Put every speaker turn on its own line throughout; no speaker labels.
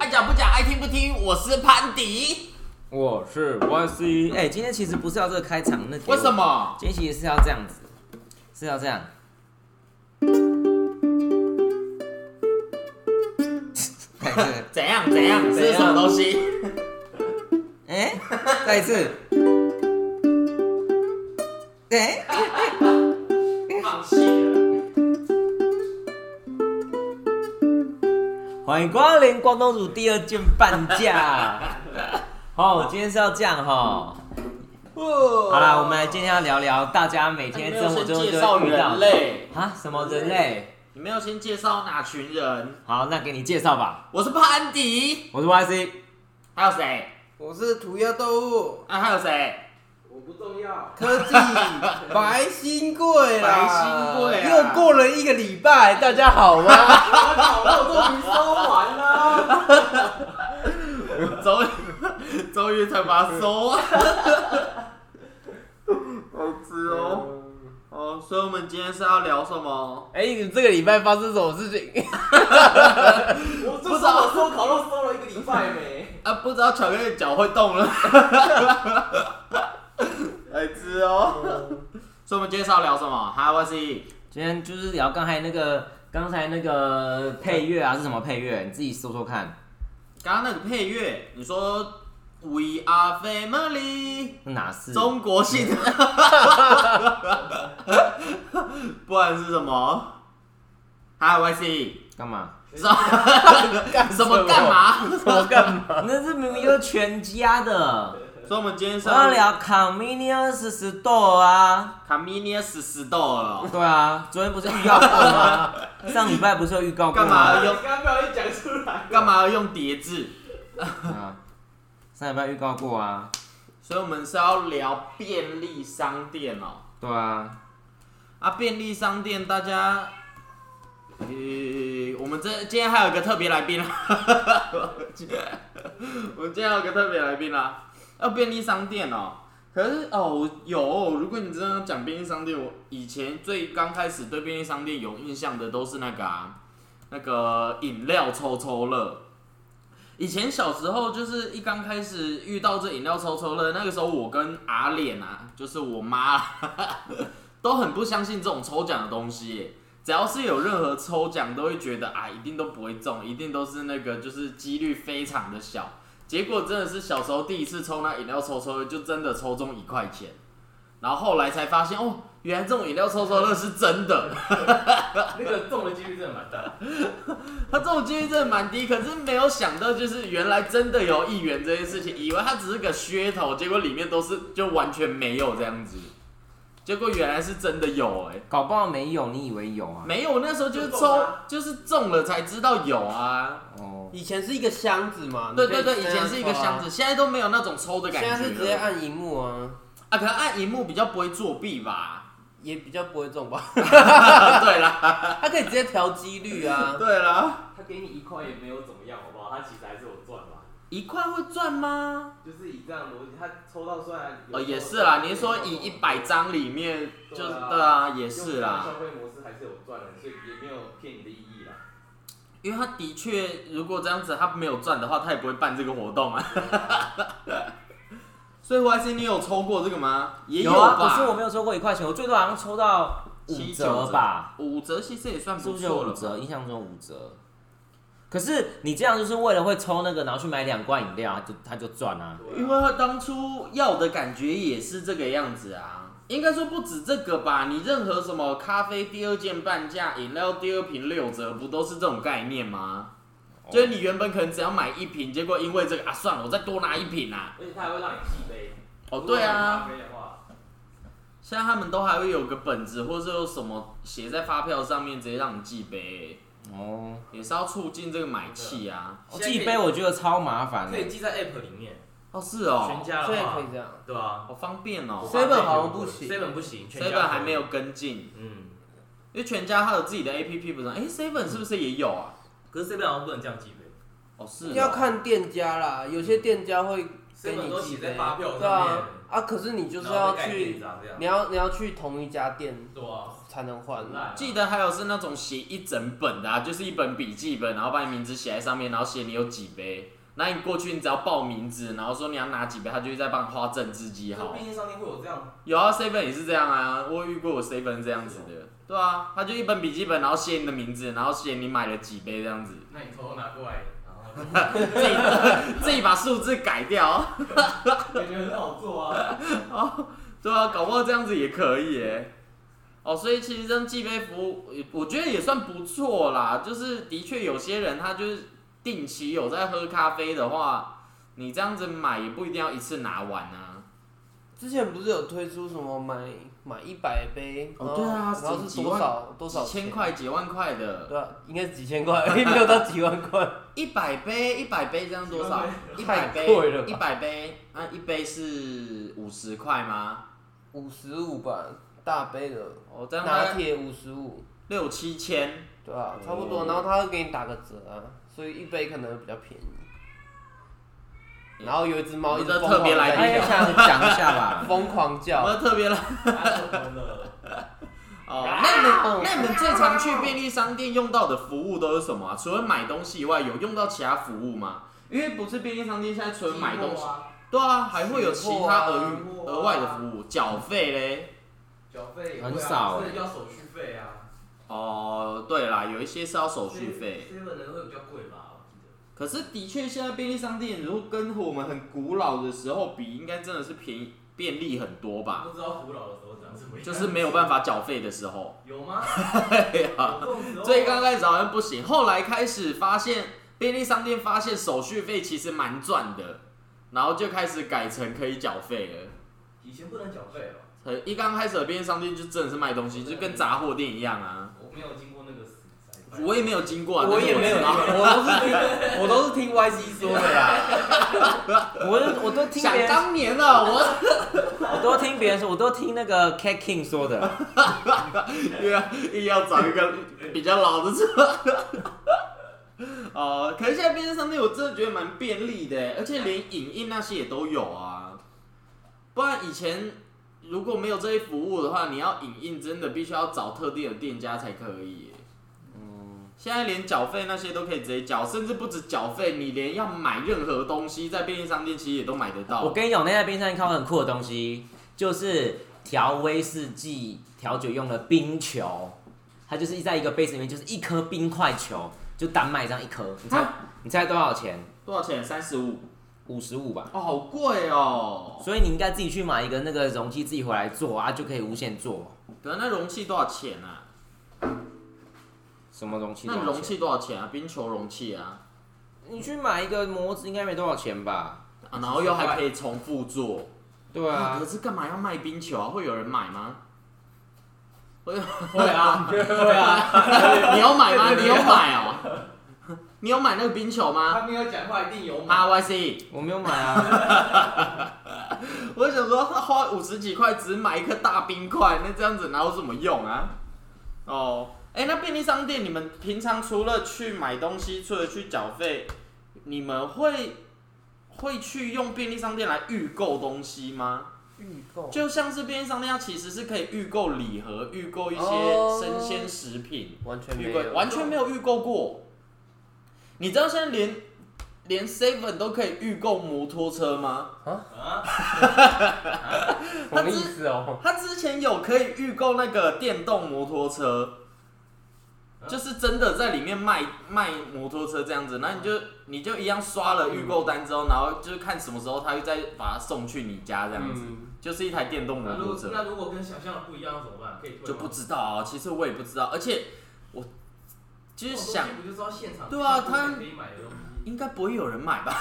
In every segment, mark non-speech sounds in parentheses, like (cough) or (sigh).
啊讲不讲，爱听不听，我是潘迪。
我是 YC，
哎、今天其实不是要这个开场，那
为什？么？
今天其实是要这样子，是要这样。 (laughs) 再一次，
怎样怎样？
怎样
这是什么东西？
哎、再一次。哎、
放弃了。
欢迎光临关东煮第二件半价。 (laughs) 好，我今天是要这样哈。好
好
啦，我们来今天要聊聊大家每天生活中都会
介绍
遇到
人类，
啊什么人类。
你没有先介绍哪群人？
好，那给你介绍吧。
我是潘迪，
我是 YC，
还有谁？
我是涂鸦动物，
啊，还有谁？
我不重要，
科
(laughs)
技白新贵啦，
白新贵啊
又过了一个礼拜，大家好吗？
(laughs)
我烤肉终于收完了。
终于终于才把它收完。好吃 (laughs) 哦。哦，所以我们今天是要聊什么？
哎、你这个礼拜发生什么事情？
我就说我收烤肉收了一个礼拜
(laughs)
没。
啊，不知道巧克力脚会动了。 (laughs) 来吃哦。所以我们今天是要聊什么？嗨，我是一。
今天就是聊刚才那个刚才那个配乐啊，是什么配乐？你自己搜搜看，
刚刚那个配乐，你说 We are family，
那哪是？
中国 (laughs) 性，不然是什么？嗨，Y C，
干嘛？
(laughs)
什什么 (laughs) 干嘛？
我干嘛？
那是明明就是全家的。
所以我们今天是
我要聊 convenience store 啊。
卡米涅斯死斗了。
对啊，昨天不是预告过
(laughs)
吗？上礼拜不是有预告过
干嘛
吗？
用
哎刚刚不小心讲出来。
干嘛要用叠字？
啊，上礼拜预告过啊。
所以我们是要聊便利商店哦。
对啊，
啊，便利商店，大家，呃，我们这今天还有个特别来 (laughs) 宾啊，我们今天还有个特别来宾啦、啊，要便利商店哦。可是哦，我有，如果你真的要讲便利商店，我以前最刚开始对便利商店有印象的都是那个啊，那个饮料抽抽乐。以前小时候就是一刚开始遇到这饮料抽抽乐，那个时候我跟阿脸啊，就是我妈啊，都很不相信这种抽奖的东西耶。只要是有任何抽奖，都会觉得啊，一定都不会中，一定都是那个就是几率非常的小。结果真的是小时候第一次抽那饮料抽抽乐，就真的抽中一块钱。然后后来才发现哦，原来这种饮料抽抽乐是真的， (laughs)
那个中的几率真的蛮大。
它这种几率真的蛮低。可是没有想到，就是原来真的有一元这件事情，以为它只是个噱头，结果里面都是就完全没有这样子。结果原来是真的有哎、
搞不好没有，你以为有啊？
没有，那时候就是
就中
抽
啊，
就是中了才知道有啊。
哦，
以前是一个箱子嘛，
对
你可
对对，以
这样
前是一个
嗯抽啊
箱子，，现在都没有那种抽的感
现
觉了。
在是直接按荧幕啊，
啊，可能按荧幕比较不会作弊
(laughs)
吧？
也比较不会中吧？ (laughs)
对啦，
它可以直接调几率啊。
对啦，
他给你一块也没有怎么样，好不好？他其实还是有赚嘛。
一块会赚吗？
就是以这样的逻辑，他抽到虽然有
哦，也是啦，你是说以一百张里面，就是
对啊
对啊，也
也
是啦，
消费模式还是有赚的，所以也没有骗你的意义啦。
因为他的确，如果这样子他没有赚的话，他也不会办这个活
(laughs)
动啊。所以 Y C，你有抽过这个吗？也
啊，
吧，
可是我没有抽过一块钱，我最多好像抽到五
七
折
九
吧，，
五折其实也算
是
不
不是有
错
五
了吧。
折？印象中五折。可是你这样就是为了会抽那个，然后去买两罐饮料，他就他就赚啊。
对啊
因为他当初要的感觉也是这个样子啊。应该说不止这个吧，你任何什么咖啡第二件半价，饮料第二瓶六折，不都是这种概念吗？就是你原本可能只要买一瓶，结果因为这个啊，算了，我再多拿一瓶啊。
而且他还会让你记杯。
哦，对啊，
如果你咖啡的话，
现在他们都还会有个本子，或者有什么写在发票上面，直接让你寄杯，
哦，
也是要促进这个买气啊。
哦寄杯我觉得超麻烦
可以
的。
记在 App 里面，
哦，是哦
全，家
所
的
以可
话
以，这样，
对啊
好方便哦。
所以 Seven 好像不行
，Seven 不行全家
Seven 还没有跟进。
嗯，
因为全家它有自己的 APP 不是吗？哎，Seven 是不是也有啊？
可是 Seven 好像不能这样记杯。
哦，是哦
要看店家啦，有些店家会给
seven
你
都
几
写
杯
在发票
对
上面
啊，，啊，可是你就是
然后
要
被盖
去
店，长这样，
你要你要去同一家店
对啊，
才能换。
很烂啊。
记得还有是那种写一整本的、啊，就是一本笔记本，然后把你名字写在上面，然后写你有几杯。那你过去，你只要报名字，然后说你要拿几杯，他就会在帮你画政治记
这
号
便。利商店会有这样，
有啊，seven 也是这样啊，我有遇过我 seven 这样子的。对啊，他就一本笔记本，然后写你的名字，然后写你买了几杯这样子，
那你偷偷拿过来，然后
自己自己把数字改掉。
感觉很好做啊。
对啊，搞不好这样子也可以耶。哦，所以其实这寄杯服务，也我觉得也算不错啦。就是的确有些人他就是定期有在喝咖啡的话，你这样子买也不一定要一次拿完啊。
之前不是有推出什么买买一百杯，
哦
然后
对啊
然后
什么
是
几
多
万
少多少
几千
钱，
块、几万块的，
对啊，应该是几千块， (laughs) 没有到几万块。
一百杯，一百杯这样多少？一百
太贵
杯，
了吧
一百杯，啊，一杯是五十块吗？
五十五吧，大杯的
哦，这样大
拿
概
铁五十五，
六七千。
对啊，差不
哦
多。然后他会给你打个折啊，所以一杯可能比较便宜。
嗯
然后有一只猫一直
你的
疯
特别
狂
来
在
宾
他也
叫
哎想讲一下吧。
疯狂
我
叫，
要特别来
他说什么了？
哦，那你们那你们最常去便利商店用到的服务都是什么啊、除了买东西以外，有用到其他服务吗？因为不是便利商店，现在除了买
(laughs)
东西，
啊，
对啊，还会有其他额
取货啊
额外的服务，缴费嘞。
缴费也会啊
很少欸
这个叫手续费啊，
哦，对啦，有一些是要手续费，
，seven 的会比较贵吧？我记得
可是的确现在便利商店如果跟我们很古老的时候比，应该真的是便宜便利很多吧？
不知道古老的时候长什么样，
就是没有办法缴费的时候。
有 (laughs) 吗？
对呀、
有这种时候吗啊
所以刚开始好像不行，后来开始发现便利商店发现手续费其实蛮赚的，然后就开始改成可以缴费了。
以前不能缴费哦，
呃一刚开始的便利商店就真的是卖东西，就跟杂货店一样啊。
我没有经过那个时代。
我也没有经过、啊，
我也没有，
但是我知道
我都是听我都是听 YC 说的啦。
我我都听别
想
人，
当年啊，
(laughs)
我
我都听别人说，我都听那个 Cat King 说的。
(laughs) 又要又啊要找一个比较老的车。 (laughs) 哦、可是现在便利商店我真的觉得蛮便利的，而且连影印那些也都有啊。不然以前如果没有这些服务的话，你要影印真的必须要找特定的店家才可以耶。现在连缴费那些都可以直接缴，甚至不止缴费，你连要买任何东西在便利商店其实也都买得
我
到。
跟你讲，我那家冰箱看到很酷的东西，就是调威士忌调酒用的冰球，它就是在一个杯子里面，就是一颗冰块球，就单卖这样一颗。你猜你猜多少钱？
多少钱？三十五
五十五吧。
哦，好贵哦。
所以你应该自己去买一个那个容器，自己回来做啊，就可以无限做。
可是那容器多少钱啊？
什么容器？
那容，器多少钱啊？冰球容器啊，
你去买一个模子应该没多少钱吧？
啊然后又还可以重复做。
对啊
可，是干嘛要卖冰球啊？会有人买吗？会
会啊，会啊，
你有买吗？你有买哦、你有买那个冰球吗？
他没有讲话，一定有嘛。
啊，Y C，
我没有买啊，
我想说他花五十几块只买一颗大冰块，那这样子哪有什么用啊？哦，哎、那便利商店你们平常除了去买东西，除了去缴费，你们会会去用便利商店来预购东西吗？
预购
就像是便利商店，它其实是可以预购礼盒、预购一些
哦
生鲜食品，
完全没
预
有
购，完全没有预购过。你知道现在连连 Seven 都可以预购摩托车吗？
啊，
什么意思哦？
它之前有可以预购那个电动摩托车，
啊
就是真的在里面卖卖摩托车这样子，那你就你就一样刷了预购单之后，然后就是看什么时候它又再把它送去你家这样子，
嗯，
就是一台电动摩
那
托
如
车。
那如果跟想象的不一样怎么办？可以退吗
就不知道啊，其实我也不知道，而且我就是想，
这种东西不就知道现场
对啊
看
他
可以买的
(laughs)
东西。
应该不会有人买吧？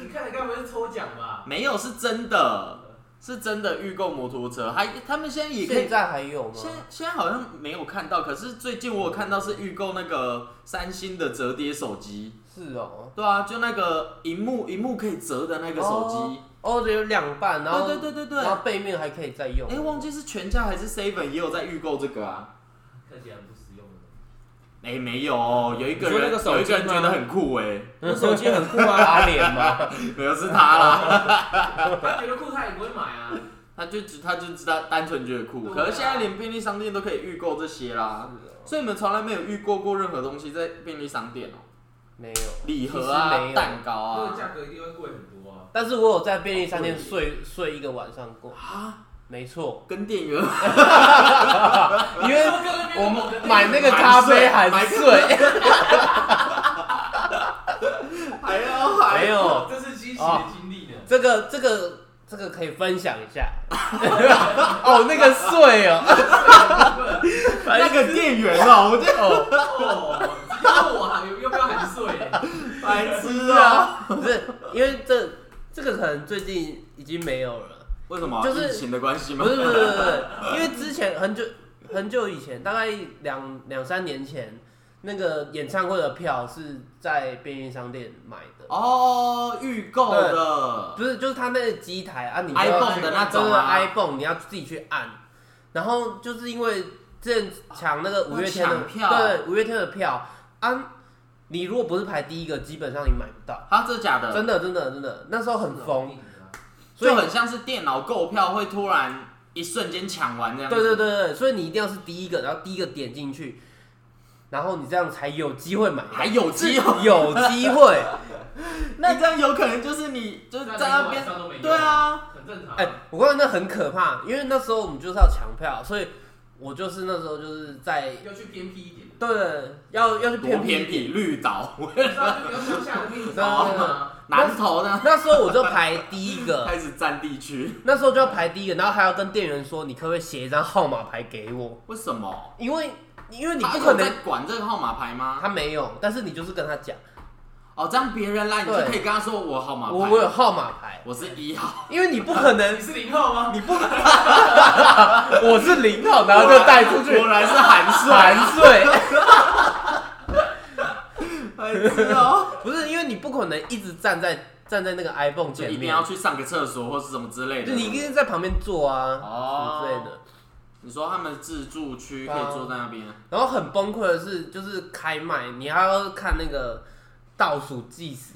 你看你该不会是抽奖吧？
没有，是真的，是真的预购摩托车，还他们现在也可以
现。在还有吗？
现在现在好像没有看到，可是最近我有看到是预购那个三星的折叠手机，
是哦，
对啊，就那个荧幕荧幕可以折的那个手机，
哦，有两半，然后
对对对对哎
然
对，
后背面还可以再用。
哎，忘记是全家还是 seven 也有在预购这个啊，
看起来很不实用的。
哎、没有哦，有一个
你说那
人
个手
有一个人
机吗
觉得很酷哎、
我手机很酷啊，
拉脸吗？
没有是他啦，
他觉得酷他也不会买啊。
他就只他就知道单纯觉得酷，
对啊
可是现在连便利商店都可以预购这些啦，所以你们从来没有预购过任何东西在便利商店哦、
没有，
礼盒
其实没
啊、
有
蛋糕
那个
啊，
价格一定会贵很多啊。
但是我有在便利商店睡睡一个晚上过。
啊，
没错，
跟店员
因为哎我们买那个咖啡还
买
睡，
还要还
没有
这是积极的经历呢。
这个这个这个可以分享一下。哦，那个睡哦，
那个店员哦、我
(laughs)
就
啊
哦，直接问我还有要不要含税？
白痴
是
啊，
啊，不是因为这这个可能最近已经没有了。
为什么？啊
就是
疫情的关系吗
不？是不是不是，不是，因为之前很久很久以前，大概两两三年前，那个演唱会的票是在便利商店买的，
(laughs) 哦，预购的，
不是就是他那个机台啊，你就
iPhone 的那种啊
就是 iPhone 你要自己去按，然后就是因为之前抢那个五月天
要
的
抢票
对五月天的票啊，你如果不是排第一个，基本上你买不到，
啊，这假的，
真的真的真的，那时候很疯，所以
就很像是电脑购票会突然一瞬间抢完这样子。
对对对对，所以你一定要是第一个，然后第一个点进去，然后你这样才有机会买到，
还有机会
是有机会。 (laughs)
那这样有可能就是你就是在那边，对，啊，
很正常。
哎、我告诉你，那很可怕，因为那时候我们就是要抢票，所以我就是那时候就是在
要去偏僻一点，
对对要要去
多
骗
偏
骗。
僻绿岛
知道就比较乡下的地方啊。
南投呢， (laughs)
那时候我就排第一个，
开始占地区，
那时候就要排第一个，然后还要跟店员说，你可不可以写一张号码牌给我？
为什么？
因为因为你
他
不
有
可能
在管这个号码牌吗？
他没有，但是你就是跟他讲，
哦，这样别人来你就
对
可以跟他说我号码牌，
我我有号码牌，
我是一号，
因为你不可能
你是零号吗？
你不， (laughs) 我是领导，然后就带
(laughs)
出去
果然是韩帅，
含税，
白痴
(laughs)
哦，
不是因为你不可能一直站在站在那个 iPhone
就
前
一定
面
要，去上个厕所或是什么之类的。
就你一定在旁边坐啊
哦
之类的。
你说他们自助区可以坐在那边，
然后很崩溃的是，就是开麦，你还要看那个倒数计时，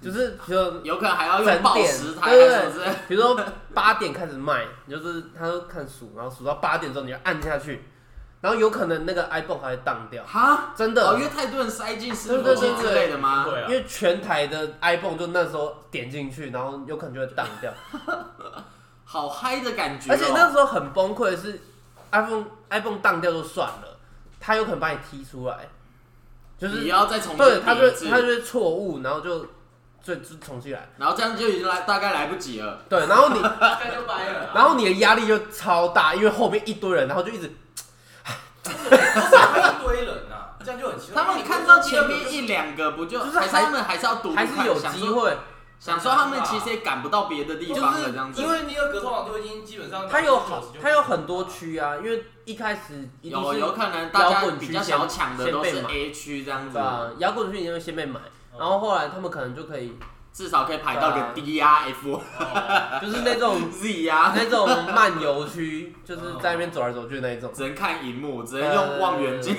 就是比如
有可能还要用
整
报
点
时台还
对
是
对
什么之类的。
比如说八点开始卖，你就是他就看数，然后数到八点之后你就按下去，然后有可能那个 iPhone 还会荡掉，
哈，
真
哦，
的
因，为太多人塞进私
对
密
对
机
对
之类的吗？
对啊
因为全台的 iPhone 就那时候点进去，然后有可能就会荡掉，
好嗨的感觉、哦，
而且那时候很崩溃的是，iPhone iPhone 荡掉就算了，他有可能把你踢出来，就
你
是
要再重新
对，他
点
就
一次
他就是错误，然后就就就重新来，
然后这样就已经来大概来不及了，
对，然后
(laughs)
你
这样就掰了啊。
然后你的压力就超大，因为后面一堆人，然后就一直
然后一堆人啊，这样就很奇怪。
他们看到前面一两个不就，
就是
还是
还
他们还是要赌赌
还
看，
是有
想
机
说
会，啊
想说他们其实也赶不到别的地方了这样子，
因为第二个通常就已经基本上
它有好它有很多区啊，因为一开始一定
有
是
有可能大
摇
家
滚区
比较
先
想要抢的都
先被
是
买
A 区这样子
对，啊，摇滚区你会先被买，
嗯
然后后来他们可能就可以，
至少可以排到
对
个
啊
D 啊 F
就是
(laughs)
那种
Z 啊，
那种漫游区，就是在那边走来走去那一种，
只能看荧幕，只能用望远镜。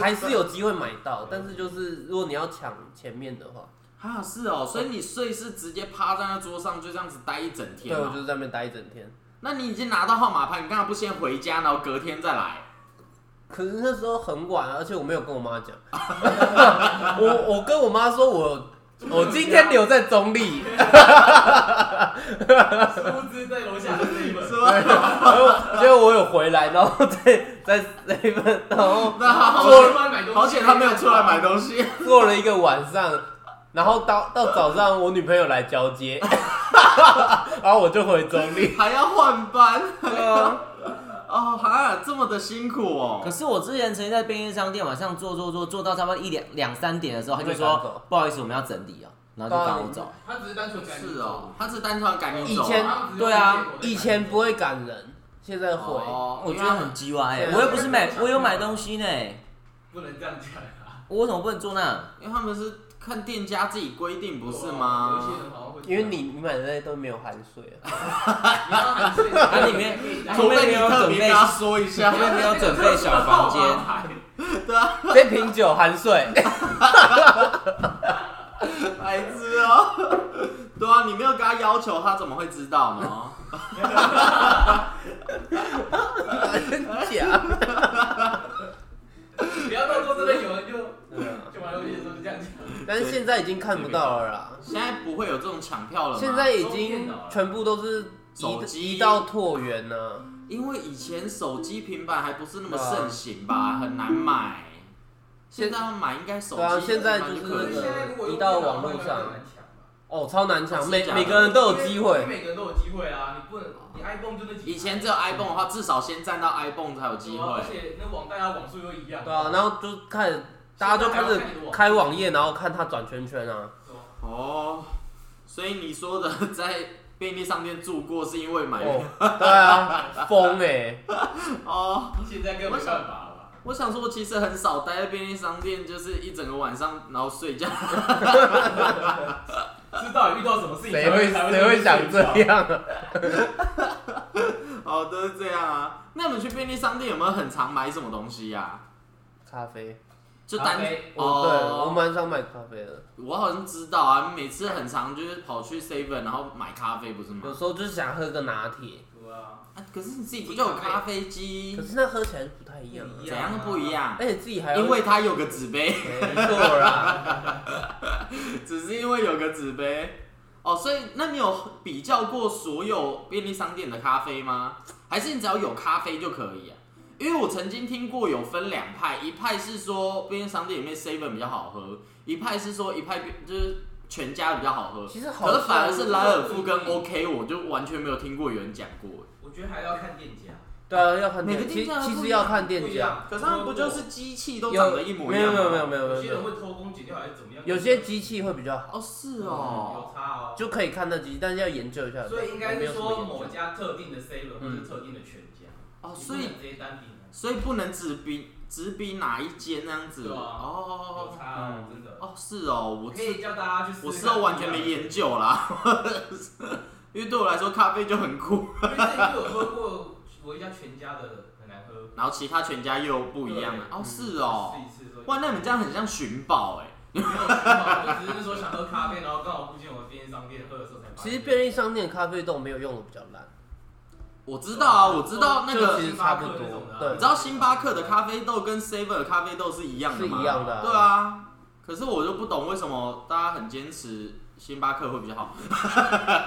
还是有机会买到，但是就是如果你要抢前面的
(laughs)
话，
啊，是哦，所以你睡是直接趴在那桌上就这样子待一整
对
天
我
哦
就。是在那边待一整天。
那你已经拿到号码牌，你干嘛不先回家，然后隔天再来？
可是那时候很晚啊，而且我没有跟我妈讲， (laughs) 我我跟我妈说我我今天留在中立， (laughs)
殊不知在楼下的是一本。
结果我有回来，然后再再再一份， (laughs) 然后
那 (laughs) 好
好险他买东西
好险他没有出来买东西。
坐了一个晚上，然后到到早上我女朋友来交接， (laughs) 然后我就回中立。
还要换班
对啊，
(laughs) 哦，哈，这么的辛苦哦
可。是我之前曾经在便利商店晚上坐坐坐坐到差不多一两两三点的时候，他就
就被赶
说
走
不好意思，我们要整理哦、然后就赶我走。
他只是单纯感
是哦，，他是单纯赶你走、啊。
以前
对啊
以前不会赶人，现在会。
哦，
我觉得很鸡歪、欸
对
啊
我又不是买，我有买东西呢，
不能这样讲啊，
我为什么不能坐那？
因为他们是看店家自己规定，不是
啊
有一些
吗？
人好像会这
因
样，
为你你买的那些都没有含水啊，
它
它里面
除
除
非
非
你
你
特
特
别
别
跟
跟
他
他
说一下 (laughs)
因，为没有准备小房间，
间，
这瓶酒含税， (laughs)
白痴哦、 (laughs) 对啊，你没有跟他要求，他怎么会知道呢？
真假？
(laughs) 不要到时候真的有人就就玩游戏的时候就这样讲。
但是现在已经看不到了啦，
现在不会有这种抢票了吗？
现在已经全部都是
手机
移移到拓元呢。
因为以前手机、平板还不是那么盛行吧，很难买。现在要买应该手机
嗯对啊现在
平板
就是
可以
那
了
现
个
在如果用
移到
电脑
网络
会
上
很难抢吧
哦，超难抢，
是
每
假的
每个人都有机
因为
会。
每个人都有机会啊！你不能，你 iPhone 就那几台
以前只有 iPhone 的话，至少先占到 iPhone 才有机
对啊
会。
而且那网贷啊网速又一样。
对啊，然后就开始大家就开
现在
始
还要看你的网
开网页，然后看它转圈圈啊。
哦，所以你说的在便利商店住过，是因为买
哦，对啊，疯哎、
(laughs) 哦。
啊现在根本没办法了吧？
我想说，我其实很少待在便利商店，就是一整个晚上，然后睡觉。 (laughs)
是到底遇到什么事情
谁
才
会
才
谁会想这
样？
样啊？ (laughs)
哦，都是这样啊。那你们去便利商店有没有很常买什么东西呀、
咖啡，
就单
咖啡
哦，对，我
哦，
蛮想买咖啡的。
我好像知道啊，每次很常就是跑去 Seven 然后买咖啡，不是
有
吗？
时候就是想喝个拿铁，
对啊，
啊，可是你自己不就有咖啡机
可？是那喝起来就不太一样、
不
啊
一，
怎样都不一样，
而且自己还要
因为它有个纸杯，
没错
啊
啦，
只是因为有个纸杯。哦，所以那你有比较过所有便利商店的咖啡吗？还是你只要有咖啡就可以啊？因为我曾经听过有分两派，一派是说便利商店里面 Seven 比较好喝，一派是说一派就是全家比较好喝。
其实好
可
像
是反而是莱尔富跟
嗯
OK，我就完全没有听过有人讲过。
我觉得还要看店家。
对啊，要看
每个
店，其
店家都
其
不
实
一样
要看
不
店
一
家，
样
可是他们不就是机器都长得一模一
没有
样吗？
没有没有没有
有
没
些人
有，
会偷工减料还是怎么样？
有些机器会比较好，
哦，是哦，
有差哦。
就可以看那机器，但是要研究一下。
所以应该
我没
是
有什么
说
研究
某家特定的 seven 或
嗯
者特定的全家，
哦，
你
所
不
以
能直接单品啊
所以不能只比只比哪一间那样子。
对啊有
哦
差哦，真的。
哦，是哦，我
可以叫大家去试试
我
看。
是完全没研究啦， (laughs) 因为对我来说咖啡就很酷， (laughs)
因为之前就有喝过我一家全家的很难喝，
然后其他全家又不一样了。
对嗯
哦，是哦，
试一次说。
哇，那你们这样很像寻宝哎。
没有没有我只是说想喝咖啡，然后刚好附近有便利商店，喝的时候才发
其
现。
实便利商店咖啡豆没有用的比较烂，
我知道啊，我知道那个
就其实差不多对
你知道星巴克的咖啡豆跟 Seven 的咖啡豆是一样的
是
吗？
一样的、
对，啊，可是我就不懂为什么大家很坚持星巴克会比较好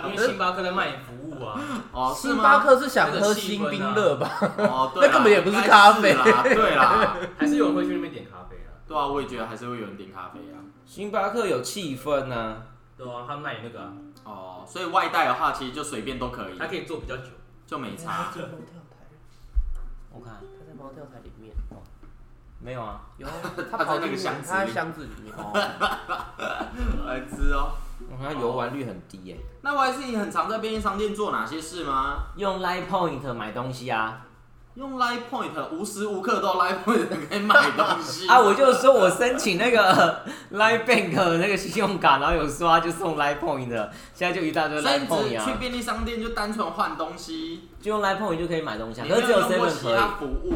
因为星巴克在卖你服务啊，
哦，是
星巴
吗？
克是想喝新冰乐吧？
哦，对啦，
那根本也不是咖啡
应该是啦，对
(laughs)
啦，
还是有人会去那边点咖啡啊。
对啊，我也觉得还是会有人点咖啡啊。
星巴克有气氛啊，
对啊，他卖那个啊，
哦，所以外带的话其实就随便都可以，
可以做比较久。
就没
(laughs)
差。
在猫跳台，
我看
他在猫跳台里面，
没有啊，
有啊
他
他
在
跑 (laughs)
那个
进
箱
门，
子
他
里
在箱子里面。
哎
来吃哦。
我看它游玩率很低欸耶、
那 Y C 你很常在便利商店做哪些事吗？
用 Line Point 买东西啊，
用 Line Point 无时无刻都 Line Point 可以买东西
(laughs) 啊，我就说我申请那个 (laughs) Line Bank 的那个信用卡，然后有刷就送 Line Point 的，现在就一大堆
(laughs) 所以
Line
你只
Point
去
啊，
便利商店就单纯换东
(laughs)
西，
就用 Line Point 就可以买东西啊，
你
可
没
是只有
有用过
Seven
其
可以。
他服务。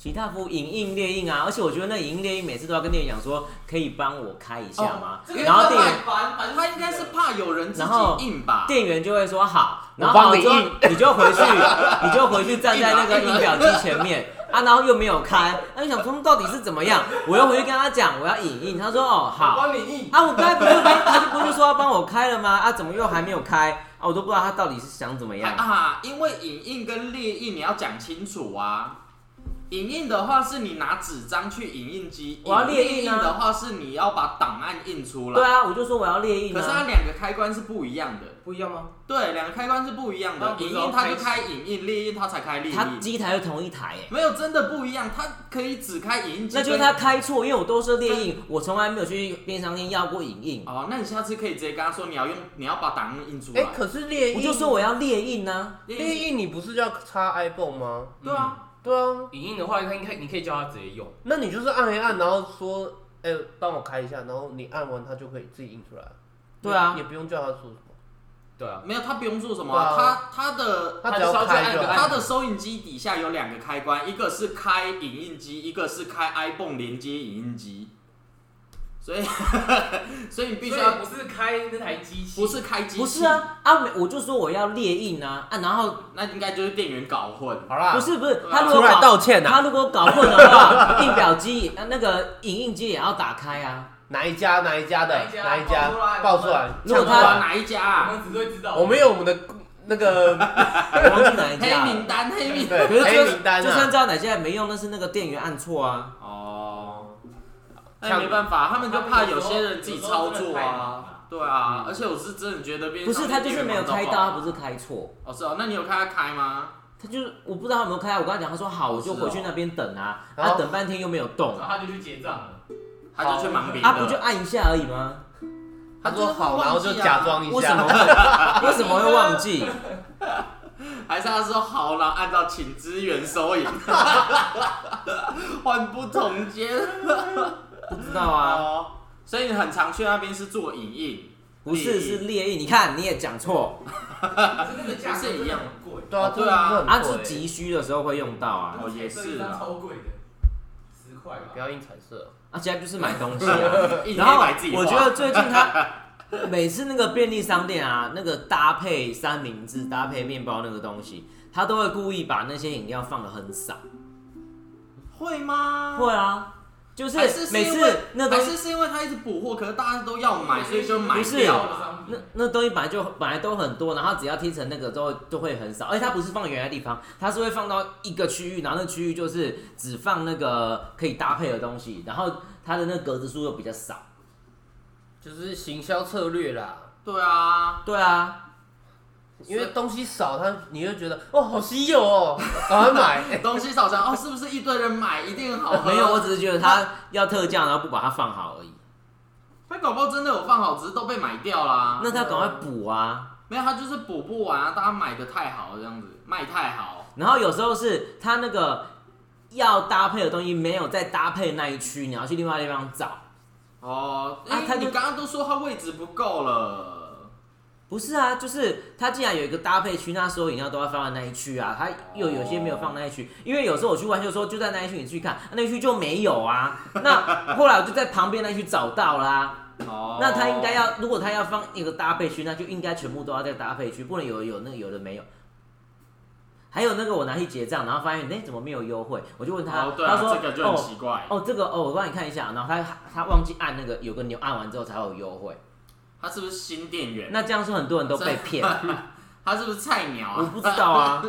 其他服务影印列印啊，而且我觉得那影印列印每次都要跟店员讲说，可以帮我开一下吗？
因为
然后
他
店员
怕烦，反正他应该是怕有人自
然后
己印吧。
店员就会说好，然后
我
好
帮你
之后
印
你就回去，你就回去站在那个印表机前面
(laughs)
啊，然后又没有开，那、你想说到底是怎么样？我又回去跟他讲我要影印，他说哦好，
帮你印。
啊我刚才不是帮，他不是说要帮我开了吗？啊怎么又还没有开？啊我都不知道他到底是想怎么样。
啊，因为影印跟列印你要讲清楚啊。影印的话是你拿纸张去影印机，
我要列印啊
影印的话是你要把档案印出
对
来。
啊，我就说我要列印
可是它
啊，
两个开关是不一样的，
不一样吗？
对，两个开关是不一样
那
的。
不
影
是要
印它就
开
开影印，列印它才开列
他
印。
机台是同一台耶、欸
没有真的不一样，它可以只开影印机
那
跟。
就是他开错，因为我都是列
嗯
印，我从来没有去便利商店要过影印，
哦，那你下次可以直接跟他说你要用，你要把档案印出
哎、
来。
可是猎
我
鹰，
就说我要列印啊呢、
猎
印
鹰，你不是要插 iPhone 吗？
对啊，
对啊，
影印的话，他应该你可以叫他直接用。
那你就是按一按，然后说，哎、帮我开一下，然后你按完它就可以自己印出来。
对啊
也不用叫他说什么。
啊，对啊，
没有，他不用做什么啊、
对啊
他他的
他只要
他只要去
开
按
就
个
好
按钮
他的收音机底下有两个开关，一个是开影印机，一个是开 iPhone 连接影印机，所以 (laughs) 所以你必须
所
要
以不是开那台机器，
不是开机器，
不是，啊啊！没我就说我要列印啊啊，然后
那应该就是店员搞混。
好啦，
不是不是，
对啊
他如
出
果
来
搞
道歉呐、
他如果搞混的话， (laughs) 印表机呃那个影印机也要打开啊。
哪一家哪一家的
哪一家
哪一家
爆
爆
出
出
来
来，
如果
呛出
哇，
来
哪一家、
我
啊？
们只会知道。
我们有我们的那 (laughs) 个
我忘记哪一
黑
家了。
名单，黑名
对
单。
可是
黑
就
名单
就算
啊，
知道哪些也没用，那是那个店员按错啊。
哦，那
像
没办法，他们就怕有些人自己操
有时候真
作
的太忙
啊
了。
对啊，而且我是真的觉得边
嗯不是他就是没有开到，他
到。
不是开错，
哦，是哦，那你有开他开吗？
他就是我不知道他有没有开啊。我跟他讲，他说好，我就
哦
回去那边等啊，
是哦然
他
后
等半天又没有动，啊
然后他就去结账了。
他就去忙别
他不就
的。
按一下而已吗？
他说
他就
好，
是
然后
忘
就
记啊
假装一
为什么
下，
会
(laughs)
为什么会忘记？
还是他说好了，按照请支援收银，换不同间。
(laughs) 不知道啊，
哦，所以你很常去那边是做影印，
不是是列印，你看你也讲错
啊可是那个价格真的很贵，
对
哦对
啊
啊
真的
啊，
很
是
贵
急需的时候会用到啊，
哦也是啊
这张超贵的，十块吧
不。要印彩色，
啊，现在就是买东西啊。
(laughs) 印
然
黑
后
白自己画
我觉得最近他每次那个便利商店啊，那个搭配三明治、搭配面包那个东西，他都会故意把那些饮料放的很少。
会吗？
会啊，就是
还是
每
是因
次
为
那东
还
西
是是因为他一直补货，可是大家都要买，所以就买
不是
掉了。
了
那那东西本来就本来都很多，然后只要贴成那个之后就会很少，而且它不是放原来地方，它是会放到一个区域，然后那区域哎就是只放那个可以搭配的东西，然后它的那个格子数又比较少。
就是行销策略啦。
对啊，
(laughs) 对啊，
因为东西少，他你就觉得哦，好稀有 (laughs) 哦，赶快买。
东西少上哦，是不是一堆人买一定好喝？
(laughs) 没有，我只是觉得它要特价，然后不把它放好而已。
他搞不好真的有放好，只是都被买掉啦。
那它赶快补啊！
没有，他就是补不完啊，大家买的太好了这样子，卖太好。
然后有时候是它那个要搭配的东西没有在搭配那一区，你要去另外地方找。
哦，
啊
哎、
他就
你刚刚都说他位置不够了，
不是啊，就是它既然有一个搭配区，那所有饮料都要放在那一区啊，它又有些没有放那一区，因为有时候我去玩就说就在那一区，你去看，啊那一区就没有啊。 (laughs) 那后来我就在旁边那一区找到啦、
哦，
那它应该要，如果它要放一个搭配区，那就应该全部都要在搭配区，不能有有那有的没有。还有那个我拿去结账，然后发现哎、怎么没有优惠，我就问他，
哦，对啊，
他说
这个就很
哦
奇怪，
哦这个哦我帮你看一下，然后他他忘记按那个有个钮，按完之后才有优惠。
他是不是新店员？
那这样是很多人都被骗。
他是不是菜鸟啊？
我不知道啊，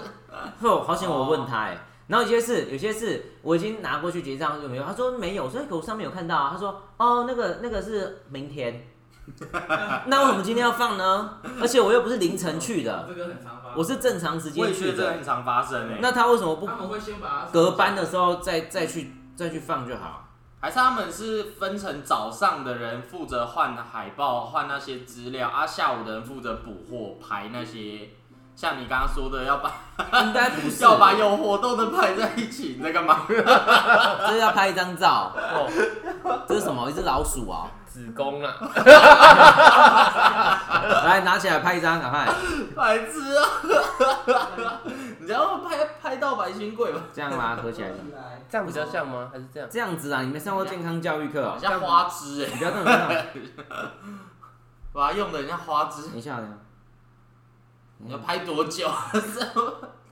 哦，好险我问他哎、然后有些是有些是我已经拿过去结账有没有？他说没有，我说可我上面有看到啊。他说哦，那个那个是明
(laughs)
天，那为什么今天要放呢？而且我又不是凌晨去的，
这个很常发生。
我是正常时
(laughs) 我
间
也觉
去
得这
的。
很常发生诶、欸
那他为什么不
他们会先把它
隔班的时候再再去再去放就好？
还是他们是分成早上的人负责换海报、换那些资料，啊，下午的人负责补货、排那些，像你刚刚说的，要把 (laughs)
应该不是，
要把有活动的排在一起，你在干嘛？
这是要拍一张照。
哦，
这是什么？一只老鼠啊、
子宫啦，
来拿起来拍一张，赶快
白痴啊！ (laughs) 你知道拍拍到白新贵吗？
这样吗？合起来。
来，
这样比较像吗？还是这样？
这样子啊，你没上过健康教育课、哦
很像花枝哎、
你不要这么看，
(laughs) 把它用的很像花枝。
等一下，等一下
你要拍多久？啊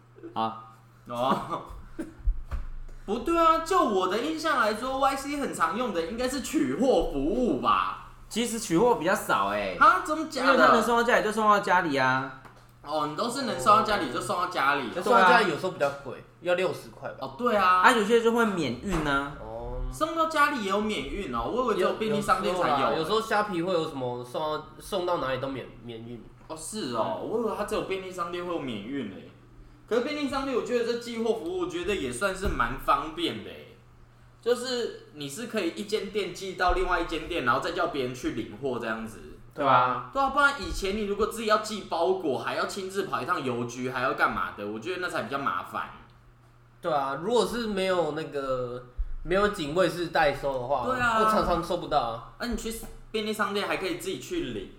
(laughs)
好，
哦， (laughs) 不对啊，就我的印象来说，YC 很常用的应该是取货服务吧？
其实取货比较少哎、
啊，怎么
因
假
为他能
的？
送到家里就送到家里啊。
哦，你都是能送到家里就送到家里。
可是我家有时候比较贵，要六十块吧。
哦，对啊，
啊，有些就会免运啊呢、
哦，
送到家里也有免运哦，我以为只有便利商店才
有时候啦。
有。
有时候虾皮会有什么送到送到哪里都免免运，
哦，是哦，我以为它只有便利商店会有免运嘞。可是便利商店，我觉得这寄货服务，我觉得也算是蛮方便的诶，就是你是可以一间店寄到另外一间店，然后再叫别人去领货这样子。
对吧？
对啊，不然以前你如果自己要寄包裹，还要亲自跑一趟邮局，还要干嘛的？我觉得那才比较麻烦。
对啊，如果是没有那个没有警卫室代收的话，
对啊
我常常收不到啊。
那、你去便利商店还可以自己去领，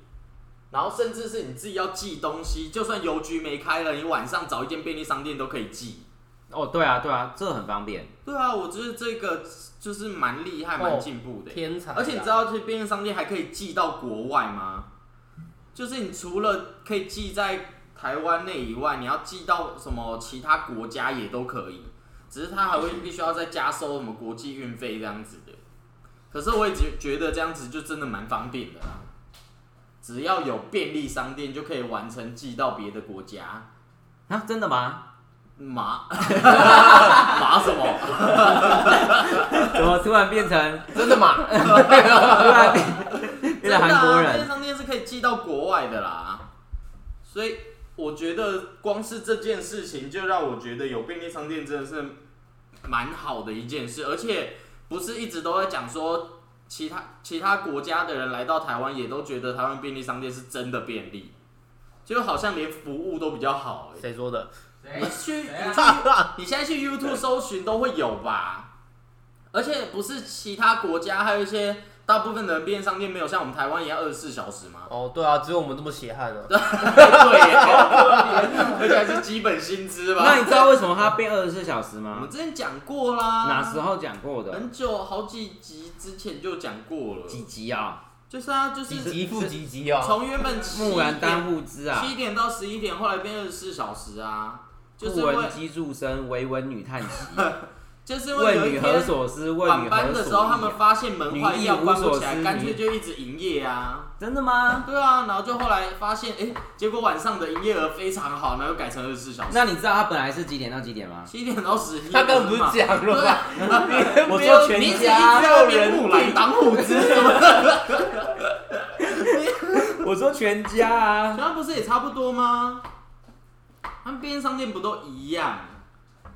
然后甚至是你自己要寄东西，就算邮局没开了，你晚上找一间便利商店都可以寄。
哦，对啊，对啊，这很方便。
对啊，我觉得这个就是蛮厉害、蛮进步的。
天才啊，
而且你知道，这便利商店还可以寄到国外吗？就是你除了可以寄在台湾内以外，你要寄到什么其他国家也都可以，只是它还会必须要再加收什么国际运费这样子的。可是我也觉觉得这样子就真的蛮方便的啦，只要有便利商店就可以完成寄到别的国家。
啊，真的吗？
麻 (laughs) 麻什么？
怎么突然变成
真的吗？
突然变变成韩国
真的啊便利
人？
商店是可以寄到国外的啦，所以我觉得光是这件事情就让我觉得有便利商店真的是蛮好的一件事，而且不是一直都在讲说其他其他国家的人来到台湾也都觉得台湾便利商店是真的便利，就好像连服务都比较好、欸。
谁说的？
谁
你去
谁啊
你去你现在去 YouTube 搜寻都会有吧？而且不是其他国家，还有一些大部分的便利商店没有像我们台湾一样二十四小时吗？
(laughs)
哦，对啊，只有我们这么血汗啊。
(laughs) 对耶，哦而且还是基本薪资
那
吧。
你知道为什么它变二十四小时
我
吗
们？之前讲过啦，
哪时？候讲过的？
很久，好几集之前就讲过了。
几集啊？
就是啊，就
几
是
级复几级哦，
从原本七
木兰当
点
户织啊，
七点到十一点，后来变二十四小时啊，就是
不
为
闻机杼声，唯闻女叹息。 (laughs)
就是因为有
问
一
女何
天
所思？问
晚
女
班
何
的时候，他
所
们
忆？
发现门坏掉，
女亦无
关不
所
起来，
思
干
女
脆就一直营业啊。
真的吗？
对啊，然后就后来发现，哎、结果晚上的营业额非常好，然后又改成二十四小时，
那你知道它本来是几点到几点 (laughs) 吗？
七点到十一。
他根本不是
嘛
讲了
对
吧？
啊
我说
你一直
全
一直
家，
在那边木兰当户织什么的，
我说全家啊。
台湾不是也差不多吗？ (laughs) 他们便利商店不都一样？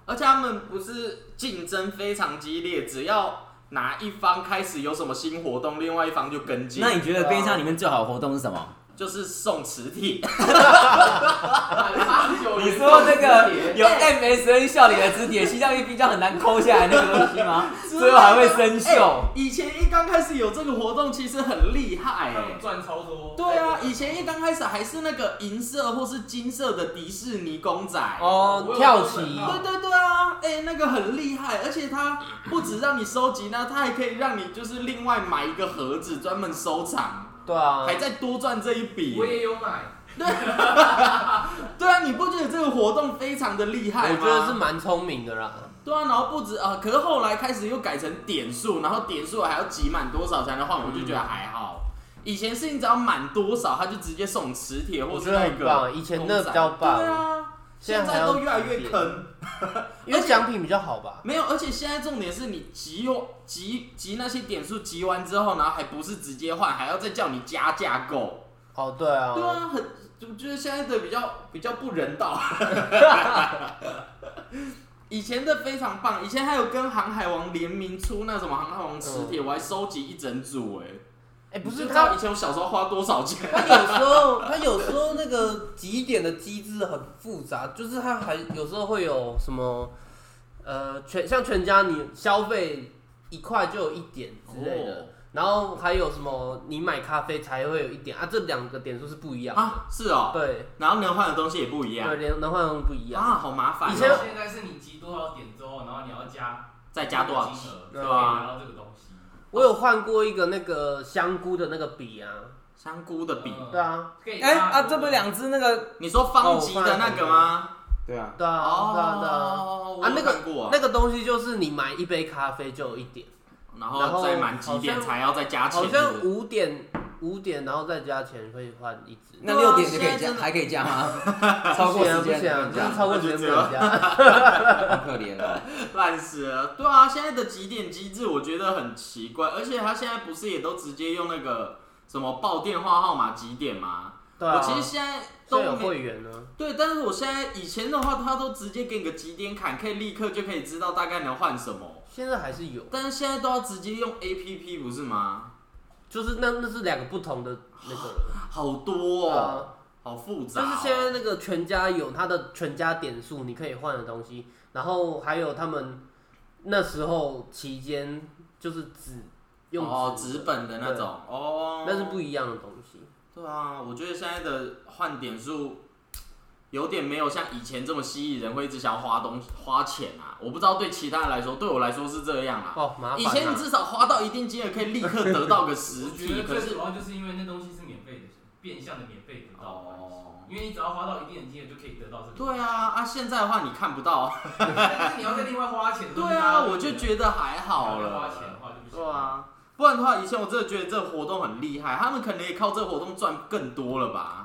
而且他们不是竞争非常激烈，只要哪一方开始有什么新活动，另外一方就跟进
那，你觉得边上里面最好的活动是什么？
就是送磁铁。
啊
你说那个哎有 MSN 笑脸的字典，西藏一比较很难抠下来那个东西 (laughs) 吗？啊最后还会生锈。
以前一刚开始有这个活动，其实很厉害、
他们
嗯
欸。
赚超多。
对啊，以前一刚开始还是那个银色或是金色的迪士尼公仔。
哦，跳棋，
对对对啊，哎、那个很厉害，而且它不止让你收集呢，它还可以让你就是另外买一个盒子专门收藏，
对啊
还，在多赚这一笔
我。也有买，
对啊，你不觉得这个活动非常的厉害
我
吗？
觉得是蛮聪明的啦。
对啊，然后不止啊、呃可是后来开始又改成点数，然后点数还要集满多少才能换，我就觉得还好。以前是你只要满多少，他就直接送磁铁或
我
是
觉得
那
很
个
棒，以前
公
那
仔。
个比较
对
棒，
啊，现
现在还
在
要
都越来越
磁铁
坑。
因为奖品比较好吧？
没有，而且现在重点是你集用集集那些点数集完之后，然后还不是直接换，还要再叫你加价购。
哦，对啊，
对啊，很我觉得现在的比较比较不人道。 (laughs) 以前的非常棒，以前还有跟航海王联名出那什么航海王磁铁，我还收集一整组哎、
哎，不
你
是
就知道
他
以，前我小时候花多少钱？
他有时候 (laughs) 他有时候那个几点的机制很复杂，就是他还有时候会有什么，呃，全像全家你消费一块就有一点之类的。
哦
然后还有什么？你买咖啡才会有一点啊，这两个点数是不一样的。
啊，是 (laughs) 哦，
对
然后能换的东西也不一样
对，连能换用不一样。
啊，好麻烦、哦。
以前
现在是你集多少点之后，然后你要加
再加多少
金
钱？
额，
对
对
啊
吧？拿到这个东西。
我有换过一个那个香菇的那个笔啊，
香菇的笔，
嗯
对啊，
可以
哎
拿
啊，这不两只那个？
你说方吉的那个吗？
对啊，
对啊，对啊，对啊。
哦，我有
啊那个
看过啊
那个东西就是你买一杯咖啡就有一点，
然后再满几点才要再加钱
好
是不是，
像五点五点，然后再加钱可以换一支。
那六点就可
现在啊
以加，
真的
还可以加吗？ (laughs) 超过
不行啊
时
不
间
行
不能
啊，就是
加，
超过时间不能加。
好可怜哦。
烂死了。对啊，现在的几点机制我觉得很奇怪，而且他现在不是也都直接用那个什么报电话号码几点吗？
对啊，
我其实现在
现在
都
有
没
会员啊呢。
对，但是我现在以前的话，他都直接给你个几点砍，可以立刻就可以知道大概能换什么。
现在还是有，
但是现在都要直接用 A P P 不是吗？
就是那那是两个不同的那个了。
好多
对
哦，
啊，
好复杂
就
哦、
是现在那个全家有它的全家点数，你可以换的东西，然后还有他们那时候期间就是纸用
哦
纸
纸本的那种哦，
那是不一样的东西。
对啊，我觉得现在的换点数有点没有像以前这么吸引人，会一直想要花东花钱啊。我不知道对其他人来说，对我来说是这样啊。
哦，麻烦、啊。
以前你至少花到一定金额，可以立刻得到个
(laughs)
实
我
体
觉，得
可
最
是
主要就是因为那东西是免费的，变相的免费得到的关系。
哦，
因为你只要花到一定的金额就可以得到这个，
对啊啊！现在的话你看不到啊，
但是你要再另外花钱。
对啊，我就觉得还好
了。花
了
钱。的话就不行。
对啊，不然的话，以前我真的觉得这个活动很厉害，他们可能也靠这个活动赚更多了吧？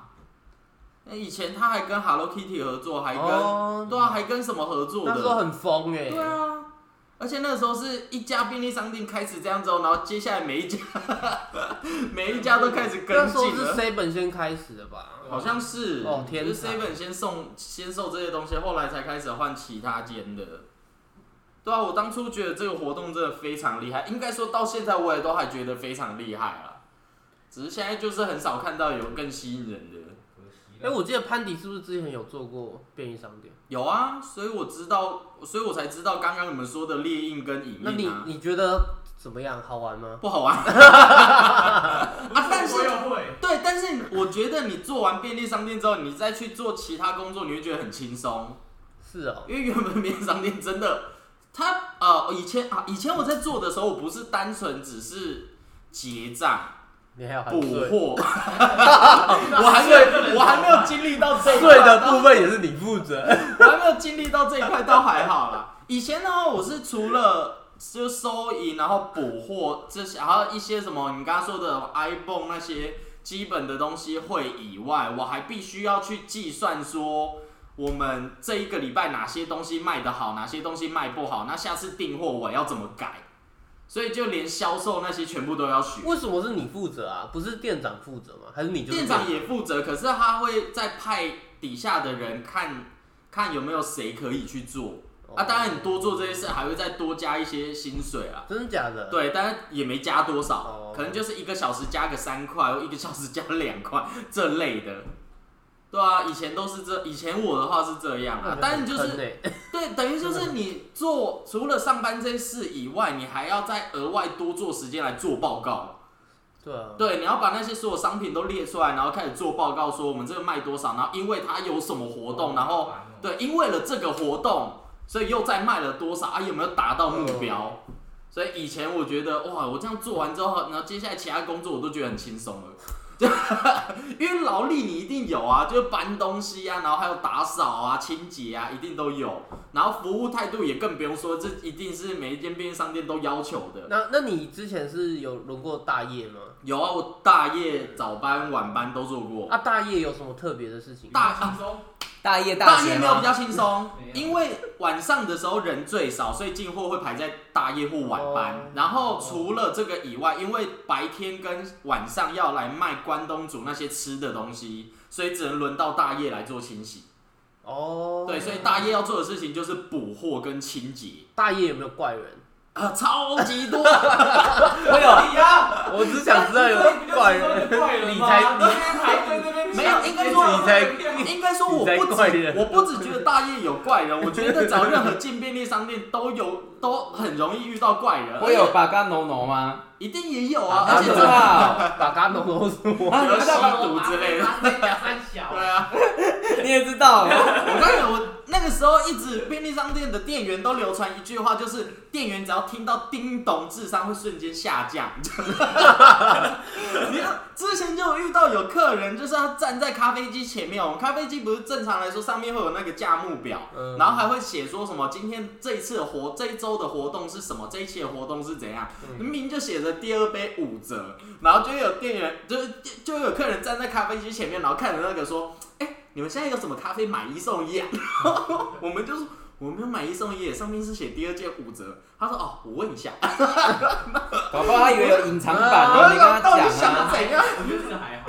那以前他还跟 Hello Kitty 合作，还跟、
哦，
对啊，还跟什么合作
那时候
的？
很疯哎、
对啊，而且那时候是一家便利商店开始这样之哦后，然后接下来每一家 (laughs) 每一家都开始
那
跟
时候
进
是
了。
seven 先开始的
啊
吧？
好像是
哦天
就是
才
Seven 先送先售这些东西，后来才开始换其他间的。对啊，我当初觉得这个活动真的非常厉害，应该说到现在我也都还觉得非常厉害啦。只是现在就是很少看到有更吸引人的。
可惜
哎、
了。
我记得潘迪是不是之前有做过便利商店？
有啊，所以我知道，所以我才知道刚刚你们说的猎印跟影印、啊。
那你你觉得怎么样？好玩吗？
不好玩啊！但
我
是
又会，
对，但是我觉得你做完便利商店之后，你再去做其他工作，你会觉得很轻松，
是哦，
因为原本便利商店真的，它呃以前啊以前我在做的时候，我不是单纯只是结账
你还有含
补
税
货，我还没有我还没有经历到这一块
税的部分也是你负责。
我还没有经历到这一块，倒还好啦。以前呢，我是除了就收银，然后补货这些，还有一些什么你刚刚说的 iPhone 那些基本的东西会以外，我还必须要去计算说我们这一个礼拜哪些东西卖得好，哪些东西卖不好，那下次订货我要怎么改，所以就连销售那些全部都要学。
为什么是你负责啊？不是店长负责吗？还是你就是
店长也负责，可是他会再派底下的人看看有没有谁可以去做。
哦
啊，当然你多做这些事，还会再多加一些薪水啊。
真的假的？
对，但是也没加多少
哦，
可能就是一个小时加个三块，或一个小时加两块这类的。对啊，以前都是这，以前我的话是这样
那
啊
很。
但是就
坑
是
欸
对，等于就是你做除了上班这些事以外，你还要再额外多做时间来做报告。
对啊，
对，你要把那些所有商品都列出来，然后开始做报告，说我们这个卖多少，然后因为它有什么活动，然后对，因为了这个活动，所以又再卖了多少啊？有没有达到目标？所以以前我觉得哇，我这样做完之后，然后接下来其他工作我都觉得很轻松了， (laughs) 因为劳力你一定有啊，就是搬东西啊，然后还有打扫啊、清洁啊，一定都有。然后服务态度也更不用说，这一定是每一间便利商店都要求的。
那那你之前是有轮过大夜吗？
有啊，我大夜、早班、晚班都做过。
啊，大夜有什么特别的事情？
大
轻松，
大业
大
学
夜没有比
吗？
较轻松
没，有
因为晚上的时候人最少，所以进货会排在大夜或晚班。
哦
然后除了这个以外，因为白天跟晚上要来卖关东煮那些吃的东西，所以只能轮到大夜来做清洗。
哦，
对，所以大夜要做的事情就是补货跟清洁
大夜有没有怪人？
啊，超级多。
会有
你呀，
我只想知道有没有怪人。
怪人吗
你才
你那边排队那边
没有应该说
你
(laughs) 应该说我
你才
不
怪
止
人
我不止觉得大夜有怪人，我觉得找任何进便利商店都有都很容易遇到怪人，
会有八嘎农农吗？
一定也有啊
啊，，
而
不
且
知
这
道，
把嘎农农是我，
啊，你
有
知道吗？
吸毒之 (laughs) 类的。
三小
对，啊，
(laughs) 你也知 (laughs) 道，
我刚有我那个时候一直便利商店的店员都流传一句话，就是店员只要听到叮咚，智商会瞬间下
(laughs)
降。你看之前就有遇到有客人，就是他站在咖啡机前面，我们咖啡机不是正常来说上面会有那个价目表，
嗯
然后还会写说什么今天这一次的活这一周的活动是什么，这一期的活动是怎样，
嗯
明明就写着第二杯五折，然后就有店员就是就有客人站在咖啡机前面，然后看着那个说，哎、你们现在有什么咖啡买一送一
(laughs)
啊？ (laughs) 我们就说我没有买一送一，上面是写第二件五折。他说哦，我问一下，
搞不好他以为有隐藏版
啊
啊啊，你没跟他
(laughs) 到底
讲
想
啊
的。怎样？ (laughs)
我觉得这个还好，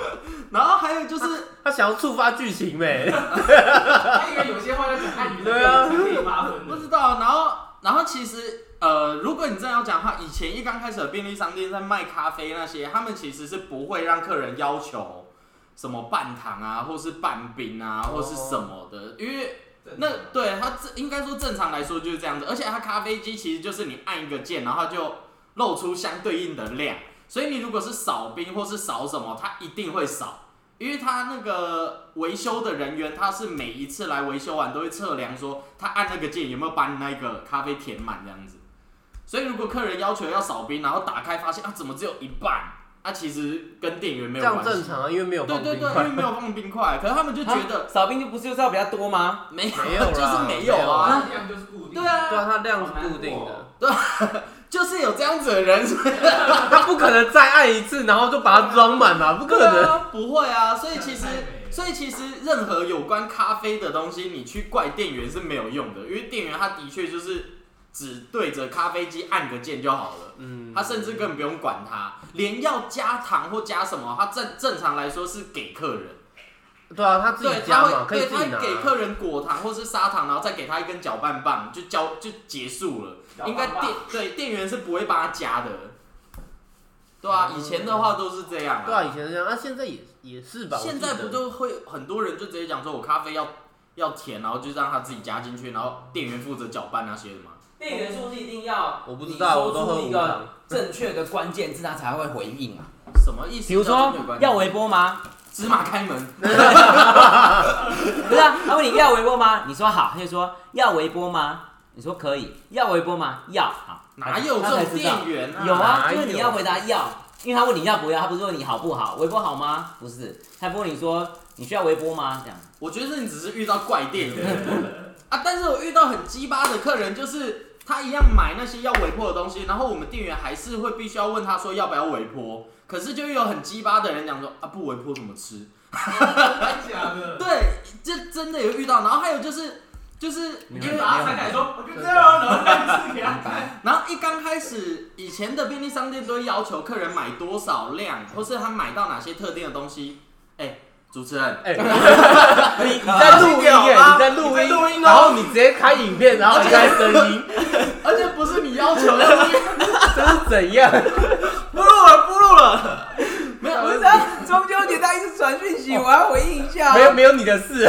然后还有就是
(laughs)
他想要触发剧情呗。
他以为有些话要讲汉语的，
对啊
才可以发文
不
的。
知道，然后然后其实呃，如果你真的要讲的话，以前一刚开始的便利商店在卖咖啡那些，他们其实是不会让客人要求什么半糖啊，或是半冰啊，或是什么的，因为那对它这应该说正常来说就是这样子，而且它咖啡机其实就是你按一个键，然后它就露出相对应的量，所以你如果是少冰或是少什么，它一定会少。因为他那个维修的人员，他是每一次来维修完都会测量说，他按那个键有没有把你那个咖啡填满这样子。所以如果客人要求要少冰，然后打开发现啊，怎么只有一半？啊，其实跟店员没有
这样
关
正
系。
常啊，因为没有
对
放
对
冰
对，因为
块，
没有放冰块，可是他们就觉
(laughs)
得
少冰就不是就是要比较多吗？
没有，
没有啦
就是没有啊。
量就是固定。
对，啊，
对啊，它量是固定的，
(laughs) 就是有这样子的人，
它不可能再按一次，然后就把它装满嘛，不可
对
能。
啊，不会啊，所以其实
太美，了
所以其实任何有关咖啡的东西，你去怪店员是没有用的，因为店员他的确就是只对着咖啡机按个键就好了，
嗯，
他甚至根本不用管它，连要加糖或加什么，他正正常来说是给客人，
对啊，他自己
对，他
加嘛，
会
可以
对
自
他
己
会
拿。
给客人果糖或是砂糖，然后再给他一根搅拌棒，就交就结束了。应该店对店员是不会帮他加的，对啊，以前的话都是这样
嗯对啊，以前是这样，那现在也也是吧？我
现
记得
在不就会很多人就直接讲说，我咖啡要要甜，然后就让他自己加进去，然后店员负责搅拌那些的嘛。
店员是不是一定要
我不知道，我
你
都
说
喝
出一
无
个
糖。
正确的关键字，他才会回应啊？
什么意思？
(laughs) 比如
叫
说
做没有关系
要微波吗？
芝麻开门，
(laughs)
不是啊，他问你要微波吗？你说好，他就说要微波吗？你说可以，要微波吗？要好，
哪有这
他才
种
知道
店？员啊？
有啊，
哪
就是你
有
要回答要，因为他问你要不要，他不是问你好不好，微波好吗？不是，他不问你说你需要微波吗？这样
我觉得你只是遇到怪店员啊，但是我遇到很鸡巴的客人，就是他一样买那些要微波的东西，然后我们店员还是会必须要问他说要不要微波，可是就有很鸡巴的人讲说啊不微波怎么吃？
真假的？
对，这真的有遇到，然后还有就是就是
没
因
有
为
你拿餐来说，我就这样，然后再吃给他看。
然后一刚开始，以前的便利商店都会要求客人买多少量，或是他买到哪些特定的东西。哎、主持人，
(laughs) 哎，啊你 (laughs) 你在录音耶？你在录音，
录音
然
哦，
后你直接开影片，然后你开声 (laughs) 音，
而且不是你要求的，
这是怎样？
不录了，不录了。没有，
啊，中秋节他一直传讯息，我要回应一下啊
没有没有你的事。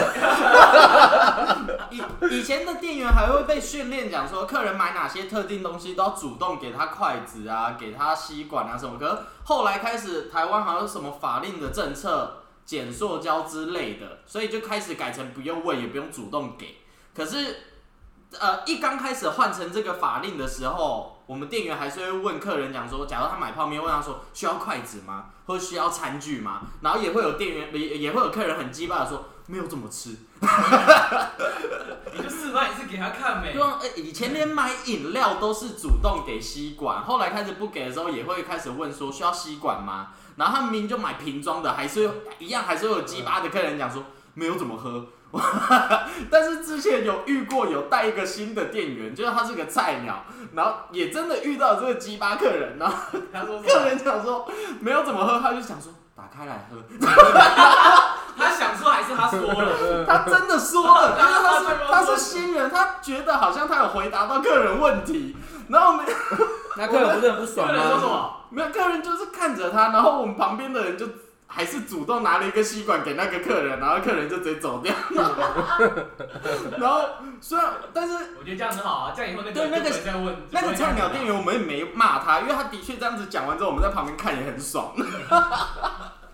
以以前的店员还会被训练讲说，客人买哪些特定东西都要主动给他筷子啊，给他吸管啊什么。可是后来开始台湾好像有什么法令的政策，减塑胶之类的，所以就开始改成不用问，也不用主动给。可是，呃，一刚开始换成这个法令的时候，我们店员还是会问客人讲说，假如他买泡面，问他说需要筷子吗，或者需要餐具吗？然后也会有店员也也会有客人很鸡巴的说没有怎么吃。
你就示范一次给他看没
对？啊，哎以前连买饮料都是主动给吸管，后来开始不给的时候，也会开始问说需要吸管吗？然后他们明明就买瓶装的，还是有一样，还是会有鸡巴的客人讲说没有怎么喝。 (laughs) 但是之前有遇过有带一个新的店员，就是他是个菜鸟，然后也真的遇到这个鸡巴客人，然后
他说什
客
么？
人讲说没有怎么喝，他就想说打开来喝，
他想说还是他说了？
他真的说了，因为他是他
他
是新人，他觉得好像他有回答到客人问题，然后我们
那客人不是很不爽
客人说什
吗？
么？
没有，客人就是看着他，然后我们旁边的人就还是主动拿了一个吸管给那个客人，然后客人就直接走掉。然后虽然，但是
我觉得这样很好啊，这样以后那个
对那个
就不会再问
那个菜鸟店
员，
员我们也没骂他，因为他的确这样子讲完之后，我们在旁边看也很爽。 (laughs)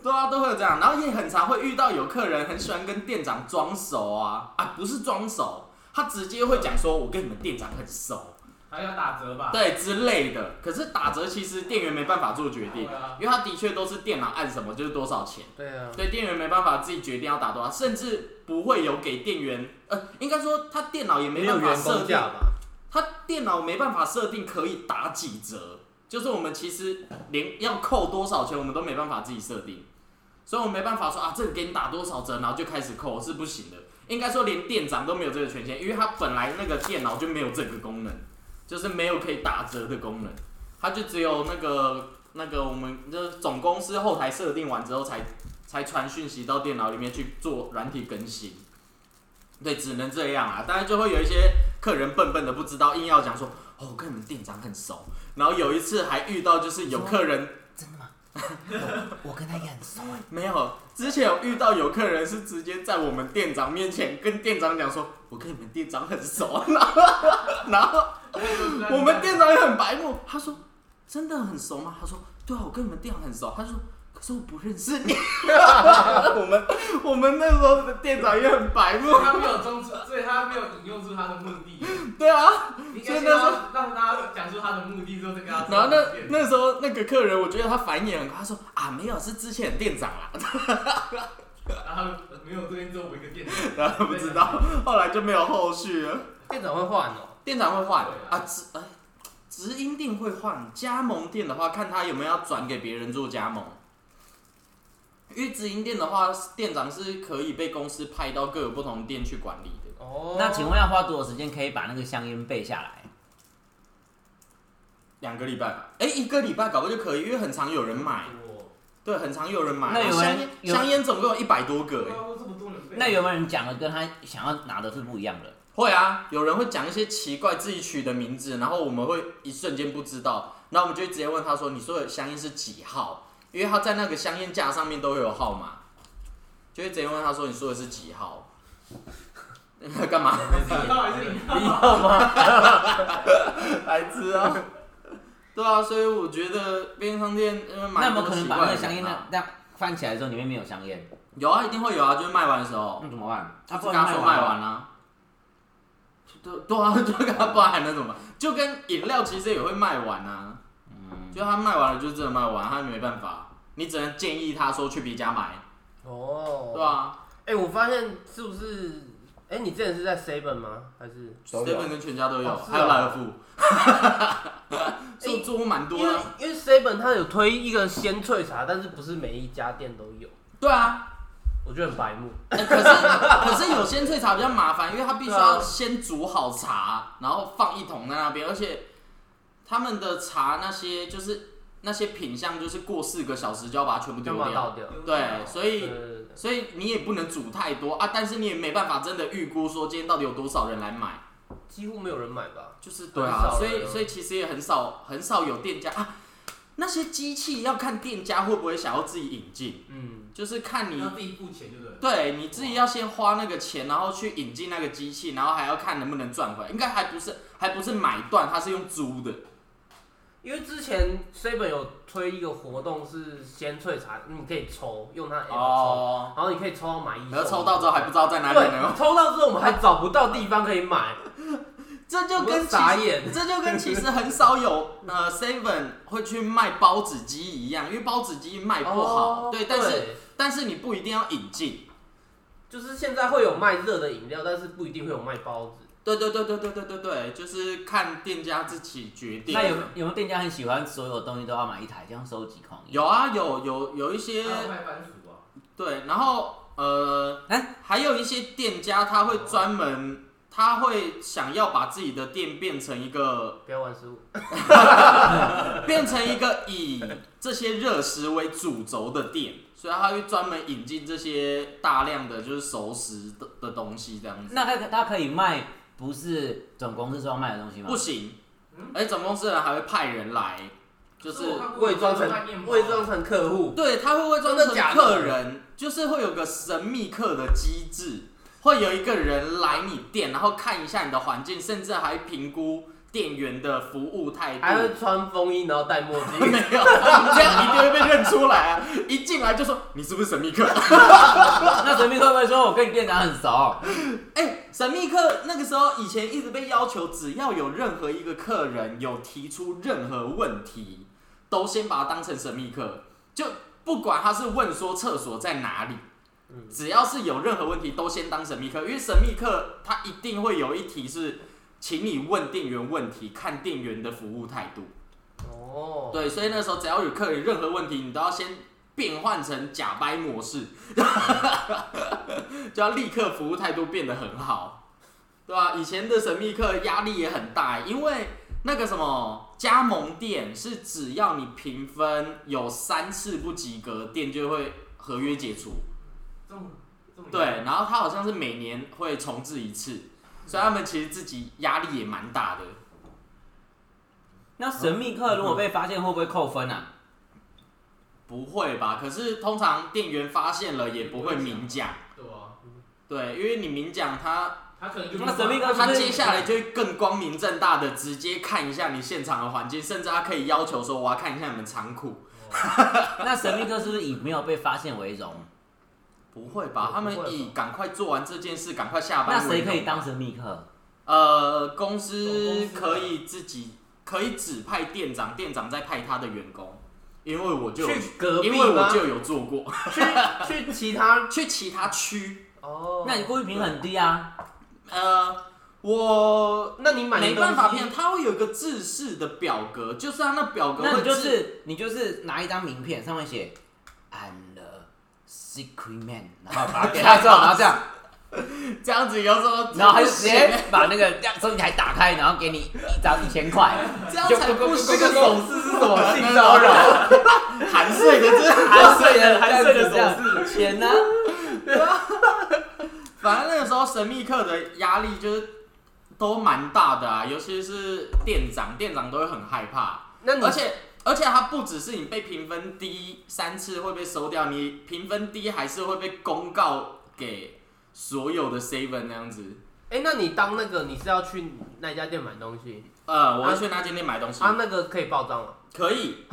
对啊，都会有这样，然后也很常会遇到有客人很喜欢跟店长装熟啊啊，不是装熟，他直接会讲说我跟你们店长很熟，
还要打折吧？
对之类的。可是打折其实店员没办法做决定
对，啊，
因为他的确都是电脑按什么就是多少钱，
对啊，
对店员没办法自己决定要打多少，甚至不会有给店员，呃，应该说他电脑也没
没有
办法
员
设
工
定
价，吧？
他电脑没办法设定可以打几折，就是我们其实连要扣多少钱我们都没办法自己设定，所以我们没办法说啊这个给你打多少折，然后就开始扣是不行的，应该说连店长都没有这个权限，因为他本来那个电脑就没有这个功能，就是没有可以打折的功能。它就只有那个那个我们就是总公司后台设定完之后才才传讯息到电脑里面去做软体更新。对，只能这样啊。当然就会有一些客人笨笨的不知道，硬要讲说哦，我跟你们店长很熟。然后有一次还遇到就是有客人
(laughs) 真的吗？ (laughs) 我跟他也很熟哎，
没有，之前有遇到有客人是直接在我们店长面前跟店长讲说，我跟你们店长很熟，然后然后我们店长也很白目，他说真的很熟吗？他说对啊，我跟你们店长很熟。他说可是我不认识你。我们我们那时候的店长也很白目，
他没有中出，所以他没有引用出他的目的。
对啊。
你
所以
先
那时候
让让大家讲出他的目的之后再跟他说。
然后那那时候那个客人，我觉得他反应也很快，他说啊没有，是之前的店长啊啦，
然后他呃没有这边只有我一个店长，
然 (laughs) 后不知道，后来就没有后续了。
店长会换哦、
店长会换
对啊
啊，直哎，直营店会换，加盟店的话，看他有没有要转给别人做加盟。因为直营店的话，店长是可以被公司派到各个不同店去管理的。
哦，
那请问要花多少时间可以把那个香烟背下来？
两个礼拜吧，哎、一个礼拜搞不好就可以，因为很常有人买，对，很常有人买。
那有人
香烟
有
香烟总共有一百多个、哎
哇啊这么多人被
那有没有人讲的跟他想要拿的是不一样的？
会啊，有人会讲一些奇怪自己取的名字，然后我们会一瞬间不知道，然后我们就会直接问他说：“你说的香烟是几号？”因为他在那个香烟架上面都会有号码，就会直接问他说：“你说的是几号？” (laughs) 干嘛？
到底是你
你要吗？
白痴啊！对啊，所以我觉得便利商店呃
那
买
有没有可能把那个香烟
呢
那？那翻起来的时候里面没有香烟？
啊有啊，一定会有啊，就是卖完的时候，
哦那怎么办？
他
他
不跟他说卖完
了，
了、对对啊，就 (laughs) 跟他不然还能怎么？就跟饮料其实也会卖完啊。
嗯，
就他卖完了，就真的卖完，他没办法，你只能建议他说去别家买，
哦，
对吧、
哎、我发现是不是？哎、你之前是在 Seven 吗？还是？
s e v e n 跟全家都有，
哦是啊
还有莱尔富，
(laughs)
所以做蛮多
因为
的。
因为 Seven 它有推一个鲜萃茶，但是不是每一家店都有，
对啊，
我觉得很白目。
欸可是 (laughs) 可是有鲜萃茶比较麻烦，因为它必须要
对啊
先煮好茶，然后放一桶在那边，而且他们的茶那些就是那些品相，就是过四个小时就要把它全部
就
丢
把它
掉
啊
倒。掉。
对，所
对
以
对对对
所以你也不能煮太多啊，但是你也没办法真的预估说今天到底有多少人来买。
几乎没有人买吧？
就是对
很
啊，
少嗯
所以
了
所以其实也很少很少有店家啊，那些机器要看店家会不会想要自己引进，
嗯，
就是看你
要自己付钱就对了。
对你自己要先花那个钱，然后去引进那个机器，然后还要看能不能赚回来，应该还不是还不是买断，它是用租的，
因为之前 Seven 有推一个活动是鲜萃茶，你可以抽，用它的 app 抽，
哦，
然后你可以抽到买一送一。
然后抽到之后还不知道在哪里
对
呢，，
抽到之后我们还找不到地方可以买，
这就
我
跟
都
其
傻
实
眼。
这就跟其实很少有呃 Seven 会去卖包子机一样，因为包子机卖不好，
哦
对，但是但是你不一定要引进，
就是现在会有卖热的饮料，但是不一定会有卖包子。
对对对对对对对对，就是看店家自己决定。
那有有没有店家很喜欢所有东西都要买一台，这样收集狂野？
有啊，有有有一些
还有卖番薯啊，
对，然后呃，
哎
还有一些店家他会专门，他会想要把自己的店变成一个
不要玩食物，
变成一个以这些热食为主轴的店，所以他会专门引进这些大量的就是熟食的的东西这样子。
那他他可以卖不是总公司说要卖的东西吗
不？行
嗯，
而且总公司的人还会派人来，就是
我看过
伪装成
卖面包
伪装成客户，
对，他会伪装
真
成
的假的
客人，就是会有个神秘客的机制，会有一个人来你店，然后看一下你的环境，甚至还评估店员的服务态
还
度。
会穿风衣，然后戴墨镜。
(laughs) 没有，你这样一定会被认出来啊！一进来就说你是不是神秘客？
那神秘客会不会说我跟你店长很熟？
哎、神秘客那个时候以前一直被要求，只要有任何一个客人有提出任何问题，都先把他当成神秘客，就不管他是问说厕所在哪里，
嗯
只要是有任何问题都先当神秘客，因为神秘客他一定会有一题是，请你问店员问题，看店员的服务态度。
哦，
对，所以那时候只要有客人任何问题，你都要先变换成假掰模式， (laughs) 就要立刻服务态度变得很好，对吧、以前的神秘客压力也很大，欸因为那个什么加盟店是只要你评分有三次不及格，店就会合约解除。
这么这么
对，然后他好像是每年会重置一次，所以他们其实自己压力也蛮大的。
(laughs) 那神秘客如果被发现，会不会扣分啊？
不会吧？可是通常店员发现了也不会明讲。
对啊，
对，因为你明讲他，
他可能就
那神秘客
他接下来就会更光明正大的直接看一下你现场的环境，甚至他可以要求说我要看一下你们仓库，
(laughs)
哦
那神秘哥是不是以没有被发现为 (laughs) 荣？
不会吧？
不
他们
不会吧
以赶快做完这件事，赶快下
那
班为
谁
荣。
可以当神秘客？
呃，公
总
司
公司
可以自己可以指派店长，店长再派他的员工，因为我就有
去隔壁
因为我
吗？
就有做过， (laughs)
去去其他
去其他区，
哦，
那你过誉评很低啊，
呃，我
那你买的
没办法
东西
骗，他会有一个制式的表格，就是他那表格
那
会
你就
制
是你就是拿一张名片，上面写 I'm the secret man，然后把它给他
(laughs)
之后，然后这样，
这样子，有时候
然后他就直
写，
接把那个 (laughs) 收银台打开，然后给你一张一千块，
这样
就
才不行。
这个手势是什么？性
(laughs)
骚扰？
含税的，这
含税的
含税的
手势，钱呢？
反正那个时候神秘客的压力就是都蛮大的啊，尤其是店长，店长都会很害怕。
那你
而且而且它不只是你被评分低三次会被收掉，你评分低还是会被公告给所有的 seven 那样子。
哎，那你当那个你是要去那家店买东西？
呃，我会去那间店买东西，
啊，那个可以报账吗？
可以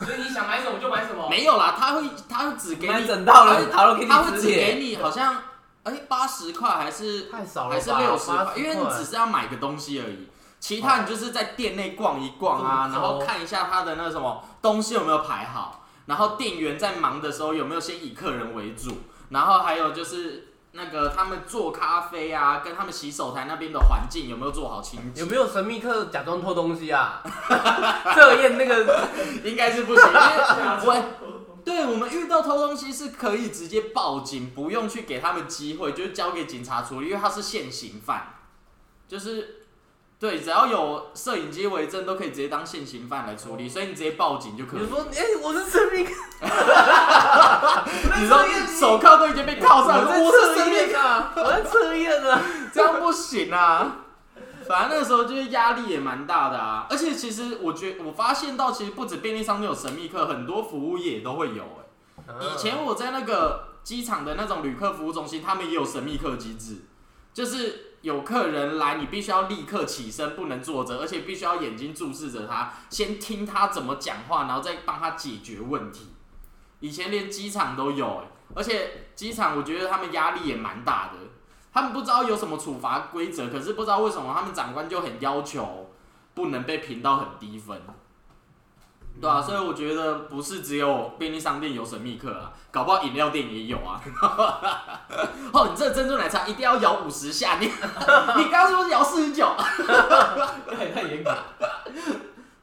所以你想买什么就买什么。
没有啦，他会他会只给
给你
你，
整套了，讨论给你
他会
指
只给
点。
你好像哎八十块还是
太少了
还
吧，
是六十
八
块，因为你只是要买个东西而已。其
哦
他你就是在店内逛一逛啊，
这
然
么
后
糟
看一下他的那什么东西有没有排好，然后店员在忙的时候有没有先以客人为主，然后还有就是那个他们做咖啡啊，跟他们洗手台那边的环境有没有做好清洁
有，没有神秘客假装偷东西啊？测验
(laughs)
那个
应该是不行，因
下
为
周
我对我们遇到偷东西是可以直接报警，不用去给他们机会，就是交给警察处理，因为他是现行犯，就是对，只要有摄影机为证，都可以直接当现行犯来处理，所以你直接报警就可以
你。说，哎、我是神秘客，
你说手铐都已经被铐上
我
了，
在
我是神
测
秘
验啊，我在测验啊。
这样不行啊。反正那时候就是压力也蛮大的啊，而且其实我觉我发现到，其实不止便利商店有神秘客，很多服务业都会有、欸。 (laughs) 以前我在那个机场的那种旅客服务中心，他们也有神秘客机制，就是有客人来，你必须要立刻起身，不能坐着，而且必须要眼睛注视着他，先听他怎么讲话，然后再帮他解决问题。以前连机场都有、欸，而且机场我觉得他们压力也蛮大的，他们不知道有什么处罚规则，可是不知道为什么他们长官就很要求不能被评到很低分。对啊，所以我觉得不是只有便利商店有神秘客啊，搞不好饮料店也有啊。 (laughs) 哦，你这珍珠奶茶一定要摇五十下，你你刚刚说是摇四十九，啊
太太严格了。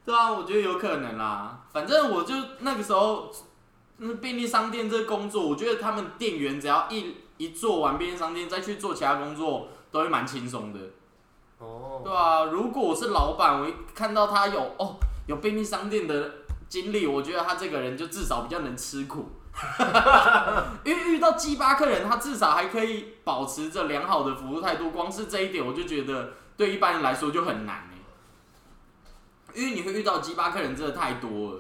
对啊，我觉得有可能啦。反正我就那个时候，那便利商店这工作，我觉得他们店员只要一一做完便利商店，再去做其他工作，都会蛮轻松的。
哦，
对啊，如果我是老板，我一看到他有哦有便利商店的经历，我觉得他这个人就至少比较能吃苦， (laughs) 因为遇到鸡巴客人，他至少还可以保持着良好的服务态度，光是这一点我就觉得对一般人来说就很难欸因为你会遇到鸡巴客人真的太多了。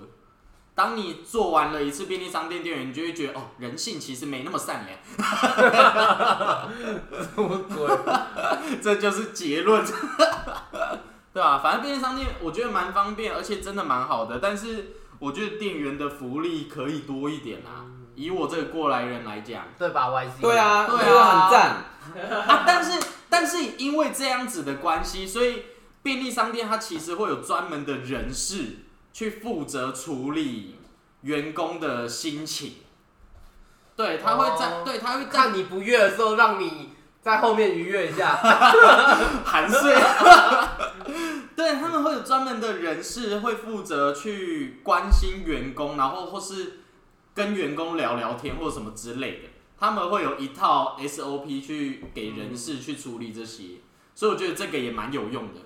当你做完了一次便利商店店员，你就会觉得哦，人性其实没那么善良，
什么鬼？
这就是结论， (laughs) 对吧、反正便利商店我觉得蛮方便，而且真的蛮好的。但是我觉得店员的福利可以多一点啦、以我这个过来人来讲
对吧？YC，
对，啊，
对啊
我觉得很赞。
啊，但是但是因为这样子的关系，所以便利商店它其实会有专门的人士去负责处理员工的心情。对，他会在，
哦
对，他会在
看你不悦的时候，让你在后面愉悦一下。
含税。 (laughs) 对，他们会有专门的人士会负责去关心员工，然后或是跟员工聊聊天或什么之类的。他们会有一套 SOP 去给人事去处理这些，所以我觉得这个也蛮有用的。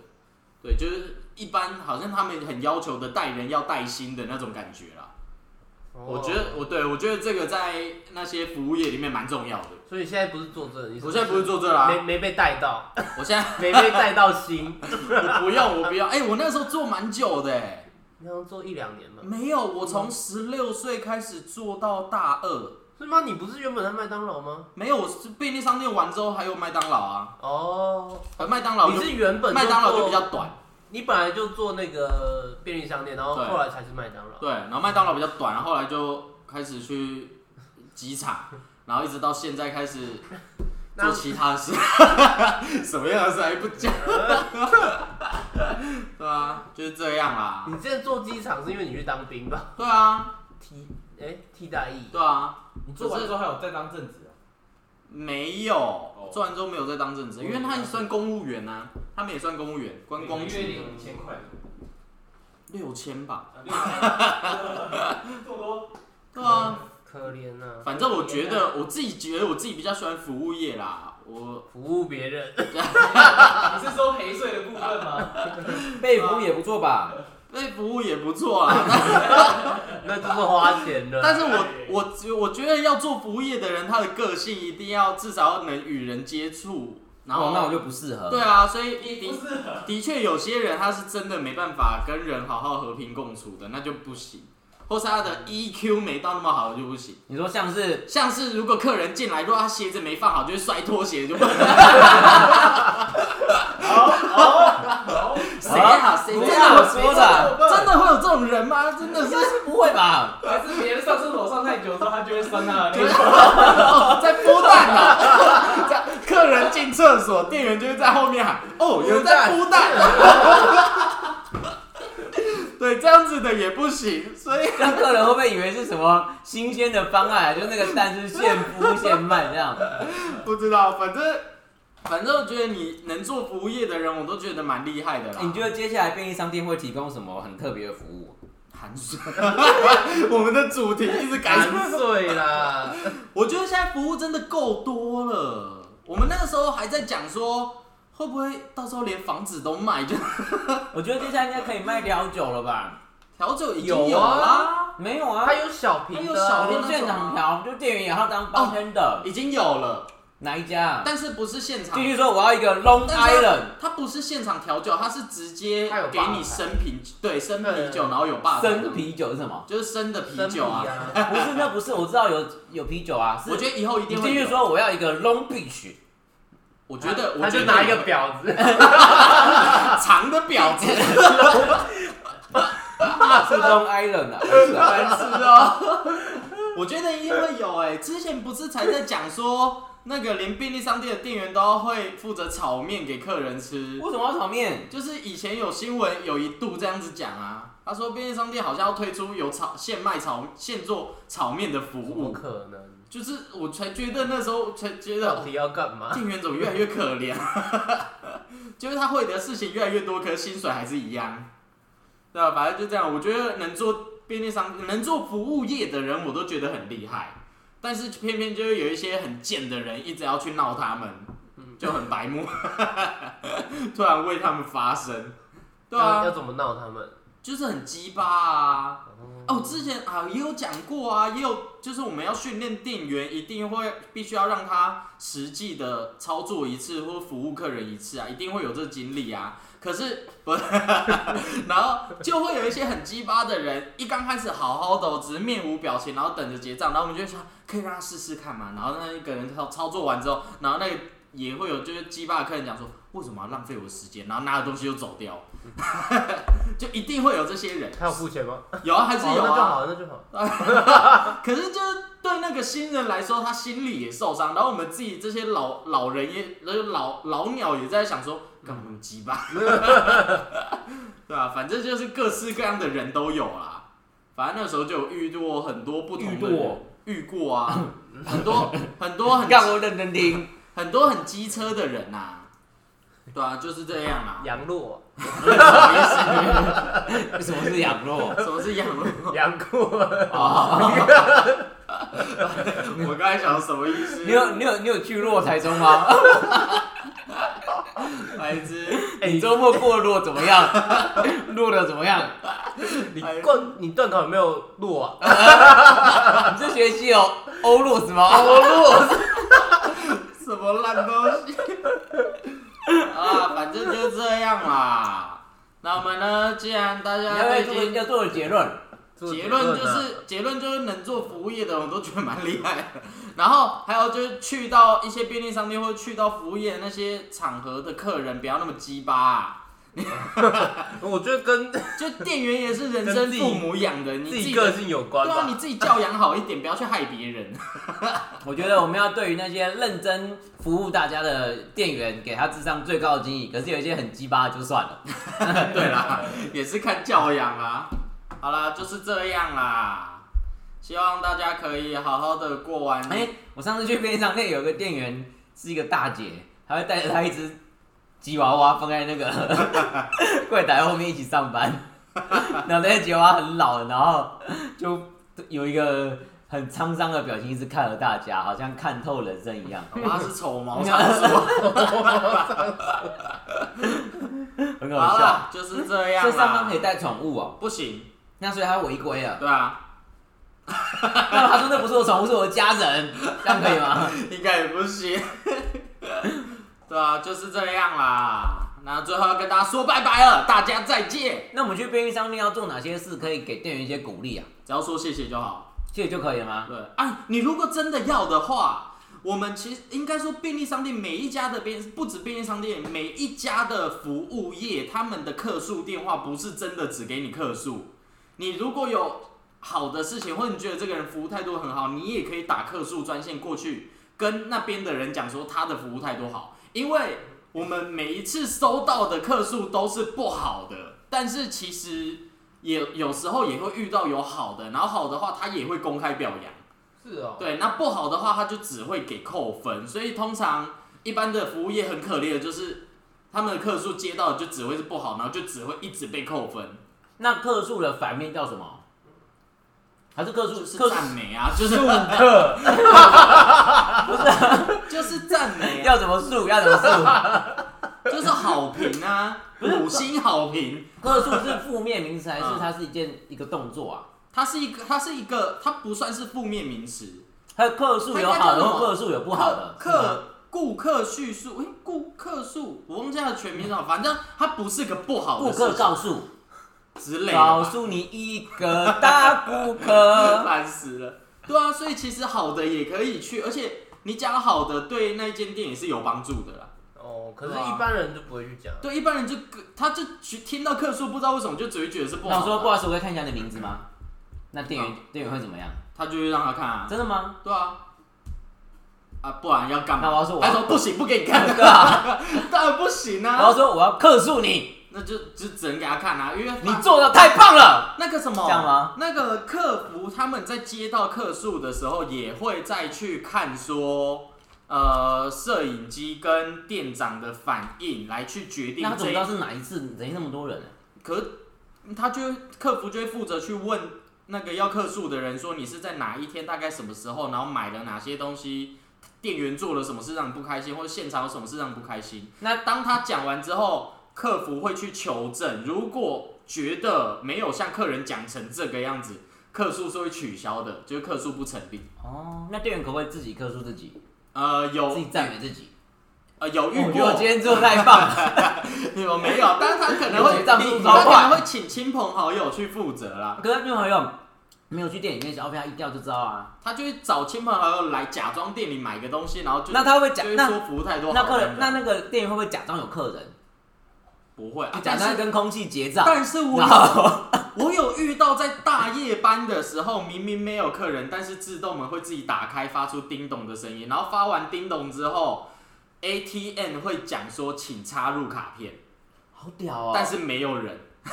对，就是一般好像他们很要求的带人要带心的那种感觉啦。 (laughs)
哦
我觉得，我对我觉得这个在那些服务业里面蛮重要的。
所以现在不是坐这，你
我现在不是做这啊啦、
没没被带到，
我现在
没被带到心。
我不用，我不用。哎、我那时候做蛮久的、哎。
你好像做一两年嘛？
没有，我
嗯
从十六岁开始做到大二。
是吗？你不是原本在麦当劳吗？
没有，我是便利商店完之后还有麦当劳啊，
哦，
呃，麦当劳
你
就是
原本就
麦当劳就
做
比较短，
你本来就做那个便利商店，然后
对
后来才是麦当劳。
对，然后麦当劳比较短，然后后来就开始去机场，然后一直到现在开
(laughs)
始做其他的事， (laughs) 什么样的事还不讲？ (laughs) 对啊，就是这样啦。
你之前做机场是因为你去当兵吧？
对啊，
替哎替代役，
对啊，
你做完之后还有再当正职啊？
没有，做完之后没有再当正职，因为他也算公务员啊，他们也算公务员，观光
每个月
局
领五千块，
六千吧。
啊六千这么多，
对啊，
可怜啊，
反正我觉得我自己觉得我自己比较喜欢服务业啦，我
服务别人。 (laughs)
你是说陪睡的部分吗？
被服也不错吧？
对啊服务也不错啦。
那就是花钱的。
(laughs) 但是我我我觉得要做服务业的人，他的个性一定要至少要能与人接触，然后、
哦那我就不适合。
对啊，所以
你
一
不
的
是
的确有些人他是真的没办法跟人好好和平共处的，那就不行，或是他的 EQ 没到那么好就不行。
你说像是
像是如果客人进来，如果他鞋子没放好，就会摔拖鞋，就不能谁啊？谁
不
这
是
样？
我说的，
真的会有这种人吗？真的
应
是
该是不会吧？
还是别人上厕所上太久之后，他就会酸啊？你
在 (laughs) 孵蛋啊呢、这样客人进厕所，店员就会在后面喊：“哦，有人在孵蛋。”对，这样子的也不行，所以
让客人会不会以为是什么新鲜的方案？啊就那个蛋是现孵现卖这样？
不知道，反正反正我觉得你能做服务业的人，我都觉得 (laughs) 蛮厉害的啦。
你觉得接下来便利商店会提供什么很特别的服务？
含水？我们的主题一直改成
(laughs) 干脆啦，
我觉得现在服务真的够多了。我们那个时候还在讲说，会不会到时候连房子都卖？就 (laughs)
我觉得接下来应该可以卖料酒了吧？
调酒已经
有啊
有啦。
没有啊
它，有小瓶
它有哦
的啊，
小
我
瓶
们现场调，就店员也要当帮圈的，
已经有了，
哪一家啊？
但是不是现场
继？续说，我要一个 Long
但是
Island
它它不是现场调酒，它是直接
它有
给
吧
你
台
生啤，对，生啤酒，
对
然后有吧台的
生，啤酒是什么？
就是生的啤
生啤
酒啊。 (laughs)
啊，
不是，那不是，我知道有有啤酒啊。是
我觉得以后一
你
定
继
会
续
有。
说，我要一个 Long Beach。
我觉得，
他
我觉得
就拿一个婊
(laughs)
子，
长的婊子
是 Long Island 啊，不是啊
白痴哦。 (laughs) 我觉得一定会有哎，之前不是才在讲说，那个连便利商店的店员都要会负责炒面给客人吃。
为什么要炒面？
就是以前有新闻有一度这样子讲啊，他说便利商店好像要推出有炒现卖炒现做炒面的服
不
务，
可能，
就是我才觉得那时候才觉得
到
哦
底要干嘛？
店员怎么越来越可怜， (laughs) 就是他会的事情越来越多，可是薪水还是一样，对吧？反正就这样，我觉得能做便利商能做服务业的人，我都觉得很厉害，但是偏偏就是有一些很贱的人一直要去闹他们，就很白目， (laughs) 突然为他们发声，对啊
要，要怎么闹他们？
就是很鸡巴啊！哦，之前啊也有讲过啊，也有就是我们要训练店员，一定会必须要让他实际的操作一次或服务客人一次啊，一定会有这经历啊。可是不， (laughs) 然后就会有一些很鸡巴的人，一刚开始好好的哦、只是面无表情，然后等着结账，然后我们就会想可以让他试试看嘛。然后那一个人操操作完之后，然后那个也会有就是鸡巴的客人讲说，为什么要浪费我的时间？然后拿了东西就走掉， (laughs) 就一定会有这些人。
他有付钱吗？
有啊，还是有
哦那就
啊。
好，那就好。
可是就是对那个新人来说，他心里也受伤，然后我们自己这些老老人也，那个老老鸟也在想说，干嘛那么鸡巴？对啊，反正就是各式各样的人都有啦。反正那时候就有遇过很多不同的
遇
人
过，
遇过啊，很多很多很
嗯让我认真听。
很多很机车的人呐、啊，对啊，就是这样啊。
羊肉，
为什么是羊肉？
什么是养路？
羊裤，
(laughs)
(laughs)
(laughs) 我刚才想什么意思？
你有你有你有去落台中吗？
白痴。
哎
你周末过落怎么样？落的怎么样？
你哎断你断考有没有录啊？ (laughs)
你这学期有欧落是吗？
我录，
什么烂东 (laughs) 西啊！反正就这样啦。那我们呢？既然大
你
家
要
都已
不要
经
要做个结论？
结论就
做啊
是结论就是能做服务业的，我都觉得蛮厉害的。然后还有就是去到一些便利商店或者去到服务业的那些场合的客人，不要那么鸡巴啊、
我觉得跟
就店员也是人生
跟自己
父母养的，你
自己
的
个性有关
对啊，你
吧。
自己教养好一点，不要去害别人。
我觉得我们要对于那些认真服务大家的店员，给他智商最高的建议。可是有一些很鸡巴的就算了。
嗯 (laughs) 对啦，也是看教养啦。好啦，就是这样啦。希望大家可以好好的过完。
哎、我上次去便利商店，有个店员是一个大姐，她会带着她一只吉娃娃放在那个 (laughs) 柜台后面一起上班。 (laughs) 然后那个吉娃娃很老了，然后就有一个很沧桑的表情，一直看着大家，好像看透人生一样。
他是丑毛仓
(laughs)
鼠。
很
好
搞笑。
啦，就是这样啦。
这上班可以带宠物哦，
不行，
那所以他违规了。
对啊，
(laughs) 那他说那不是我宠物，是我的家人，这样可以吗？
应该也不行。 (laughs) 对啊，就是这样啦。那最后要跟大家说拜拜了，大家再见。
(laughs) 那我们去便利商店要做哪些事，可以给店员一些鼓励啊？
只要说谢谢就好。
谢谢就可以了吗？
对啊，你如果真的要的话，我们其实应该说便利商店每一家的便不止便利商店，每一家的服务业，他们的客诉电话不是真的只给你客诉。你如果有好的事情，或者你觉得这个人服务态度很好，你也可以打客诉专线过去，跟那边的人讲说他的服务态度好，因为我们每一次收到的客诉都是不好的，但是其实。也有时候也会遇到有好的，然后好的话他也会公开表扬，
是哦，
对，那不好的话，他就只会给扣分。所以通常一般的服务业很可怜的就是，他们的客数接到的就只会是不好，然后就只会一直被扣分，
那客诉的反面叫什么？还是客诉
就是
客诉
赞美啊，就是
客
(laughs) 就是赞美、啊，
要怎么诉？要怎么 (laughs) 诉？
就是好评啊，五星好评。
客诉是负面名词还是它是一件一个动作啊？
它是一个，它是一个，它不算是负面名词。
还有客诉有好
它应该叫
的，
什么
或客诉有不好的。
客
是吗
客顾客叙述，诶，顾客数，我忘记它的全名了，反正它不是个不好
顾
的
客
事情
告诉
之类的吧。
告诉你一个大顾 (laughs) 客，
烂死了。对啊，所以其实好的也可以去，而且你讲好的对那一间店也是有帮助的啦。
哦，可是
对啊
一般人就不会去讲。
对一般人就他就去听到客诉，不知道为什么就只会觉得是不
那
好
我
的。
说不好意思，我可以看一下你的名字吗？那店员店员会怎么样？
他就会让他看啊，
真的吗？
对啊，啊不然要干
那我
嘛？
要说我
他
要
说不行，不给你看，
对啊，
(laughs) 当然不行
我要
啊，
说我要客诉你，
那就就只能给他看啊，因为
你
他
做的太棒了。
那个什么，
这样吗？
那个客服他们在接到客诉的时候，也会再去看说，呃，摄影机跟店长的反应来去决定
那他
这
怎么
一
知道是哪一次？等于那么多人、啊，
可他就会客服就会负责去问那个要客诉的人说，你是在哪一天，大概什么时候，然后买了哪些东西，店员做了什么事让你不开心，或者现场有什么事让你不开心。那当他讲完之后，客服会去求证，如果觉得没有像客人讲成这个样子，客诉是会取消的，就是客诉不成立。
哦，那店员可不可以自己客诉自己，
呃，
自
有
己赞美自己？
呃有遇
我觉
过
得我，今天做得太
(laughs)
棒了，
有没有？但是他可能
我觉
会，
得这样
你
速度
他
好
可能
快
会请亲朋好友去负责啦。
可是没有朋友没有去店里面消费，他一掉就知道啊。
他就会找亲朋好友来假装店里买个东西，然后就
那他会
就
讲
会
那
说服务态度好
那客人
等
那
等
那个店员会不会假装有客人，
不会啊
就，假
但
装
是
跟空气结账？
但是我 (laughs)
然后
有我有遇到在大夜班的时候，明明没有客人，但是自动门会自己打开发出叮咚的声音，然后发完叮咚之后，ATM 会讲说请插入卡片，
好屌哦！
但是没有人， (laughs)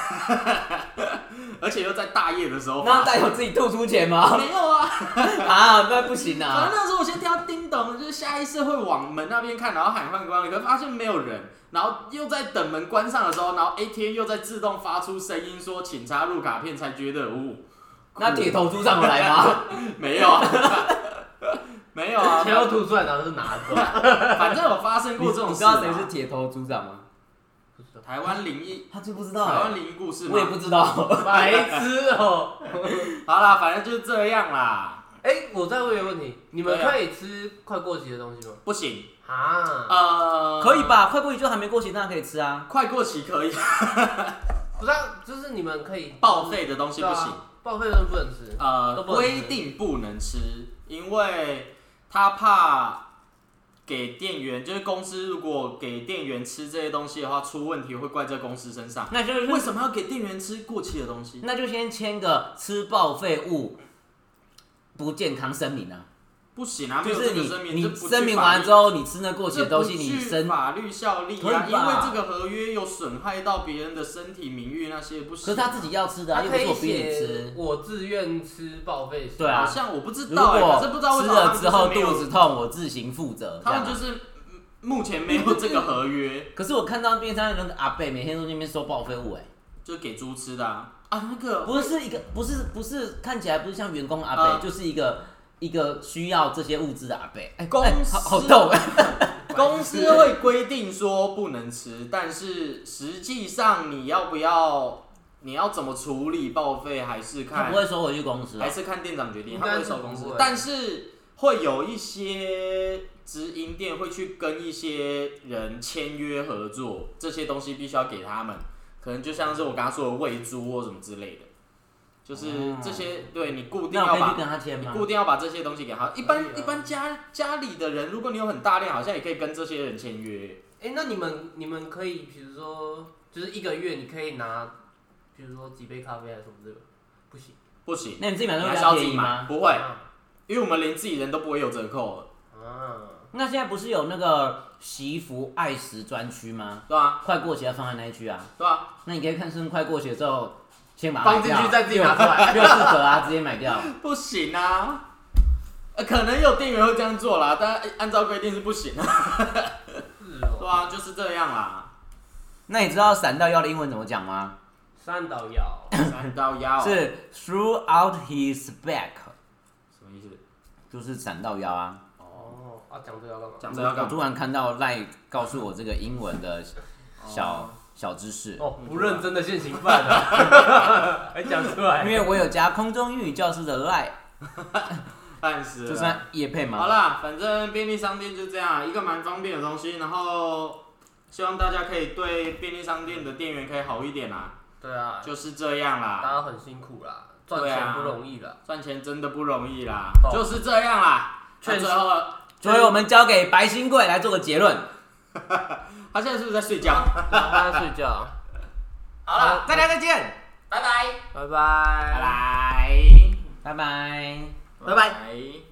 而且又在大夜的时候发
那带
生，
有自己吐出钱
(laughs)
吗？
没有啊。
啊，那不行
反
啊！
正那时候我先听到叮咚，就是下意识会往门那边看，然后喊换光，可是发现没有人，然后又在等门关上的时候，然后 ATM 又在自动发出声音说请插入卡片，才觉得呜、
那铁头猪上得来吗？
(laughs) 没有啊， (laughs) 没有
(laughs)
啊，
钱要吐出来，然后就拿走。
反正有发生
你
过
你
这种
知
事、
道
啊。
谁是铁头猪长吗？
不知道
台湾灵异？
他就不知
台
道
湾
欸，
灵异故事
我也
吗？
不知道。
(laughs)
白痴哦、
好啦，反正就是这样啦，
(laughs) 哎、我再问一个问题，你们
对啊
可以吃快过期的东西吗？
不行，
啊，
呃，
可以？吧？快过期就还没过期，当然可以吃啊。
快过期可以，
不是、啊，就是你们可以
报废的东西
对
不
啊
行。，
报废的东西不能吃。
呃，
都不能吃
规定不能吃，因为他怕给店员，就是公司如果给店员吃这些东西的话，出问题会怪在公司身上。
那就是
为什么要给店员吃过期的东西？
那就先签个吃报废物不健康声明啊，
不行啊，没
就
有
是
这
你
个声明，这
你
不具
声明
法
完
律
之后，你吃那过期
这
的东西，
不
你
具
生
法律效力
可
啊，
以
因为
吧
这个合约有损害到别人的身体、名誉那些不行。
可是他自己要吃的、啊，
他
又不
可
是我逼你
以写
吃。
我自愿吃报废食。
对
好
啊
像我不知
如
道、欸，
果
可是不知道为
吃
什么他
了
们
之后
就是没有
肚子，痛，我自行负责。
他们
这
就
样啊
是嗯目前没有这个合约， (laughs)
可是我看到便当那个阿贝每天都在那边收报废物、欸，
就给猪吃的啊，啊那个
不是一个，不是不是，看起来不是像员工阿贝，
啊
就是一个一个需要这些物资的阿贝。哎、
(laughs) 公
哎
司
好好逗、哎
(laughs) 公司会规定说不能吃，但是实际上你要不要，你要怎么处理报废，还是
他
看
不会收回去公司、
还
啊。
是看店长决定，
应
他
该
不
是
会收公司
不会，
但是会有一些直营店会去跟一些人签约合作，这些东西必须要给他们，可能就像是我刚刚说的喂猪或什么之类的，就是
哦
这些对你固定
那
要
我可以去
把。
跟他签
你
吗？
固定要把这些东西给他，一
可以
般
啊
一般家家里的人，如果你有很大量，好像也可以跟这些人签约。
哎、那你们你们可以，比如说，就是一个月你可以拿，比如说几杯咖啡还是什么这个，不行。
不行，
那你自己买
你
东西
还
比
是要
较
自
便
己
宜
买，
吗？
不会，
啊。
因为我们连自己人都不会有折扣了，
啊
那现在不是有那个惜福爱食专区吗？
对吧？
快过期要放在那一区啊。
对吧？
那你可以看生快过期的时候，先把它
放
买掉啊
进去再自己拿
(laughs)
出来
六四折啊，直接买掉。
不行啊，呃可能有店员会这样做啦，但按照规定是不行啊。
是哦。
对啊，就是这样啦。
那你知道闪到腰的英文怎么讲吗？
三岛摇，
三到腰
是 throughout his back，
什么意思？
就是闪到腰啊。
哦，啊，讲这个要干嘛？
讲这要
我
干
突
嘛？
然看到赖告诉我这个英文的小
哦
小知识，
哦，不认真的现行犯啊，还讲出
因
来。
为我有加空中英语教室的赖，
但是
这算叶配
啊好
吗？
啦，反正便利商店就这样，一个蛮方便的东西。然后希望大家可以对便利商店的店员可以好一点啦，
对啊，
就是这样啦。
大家很辛苦啦，赚
对啊
钱不容
(laughs)
易啦。
赚钱真的不容易啦，
哦
就是这样啦。那
确实
最后
所以我们交给白新贵来做个结论。
他现在是不是在睡觉？
大家睡觉，
好了，大家再见，
拜拜。
拜拜，
拜拜。
拜拜。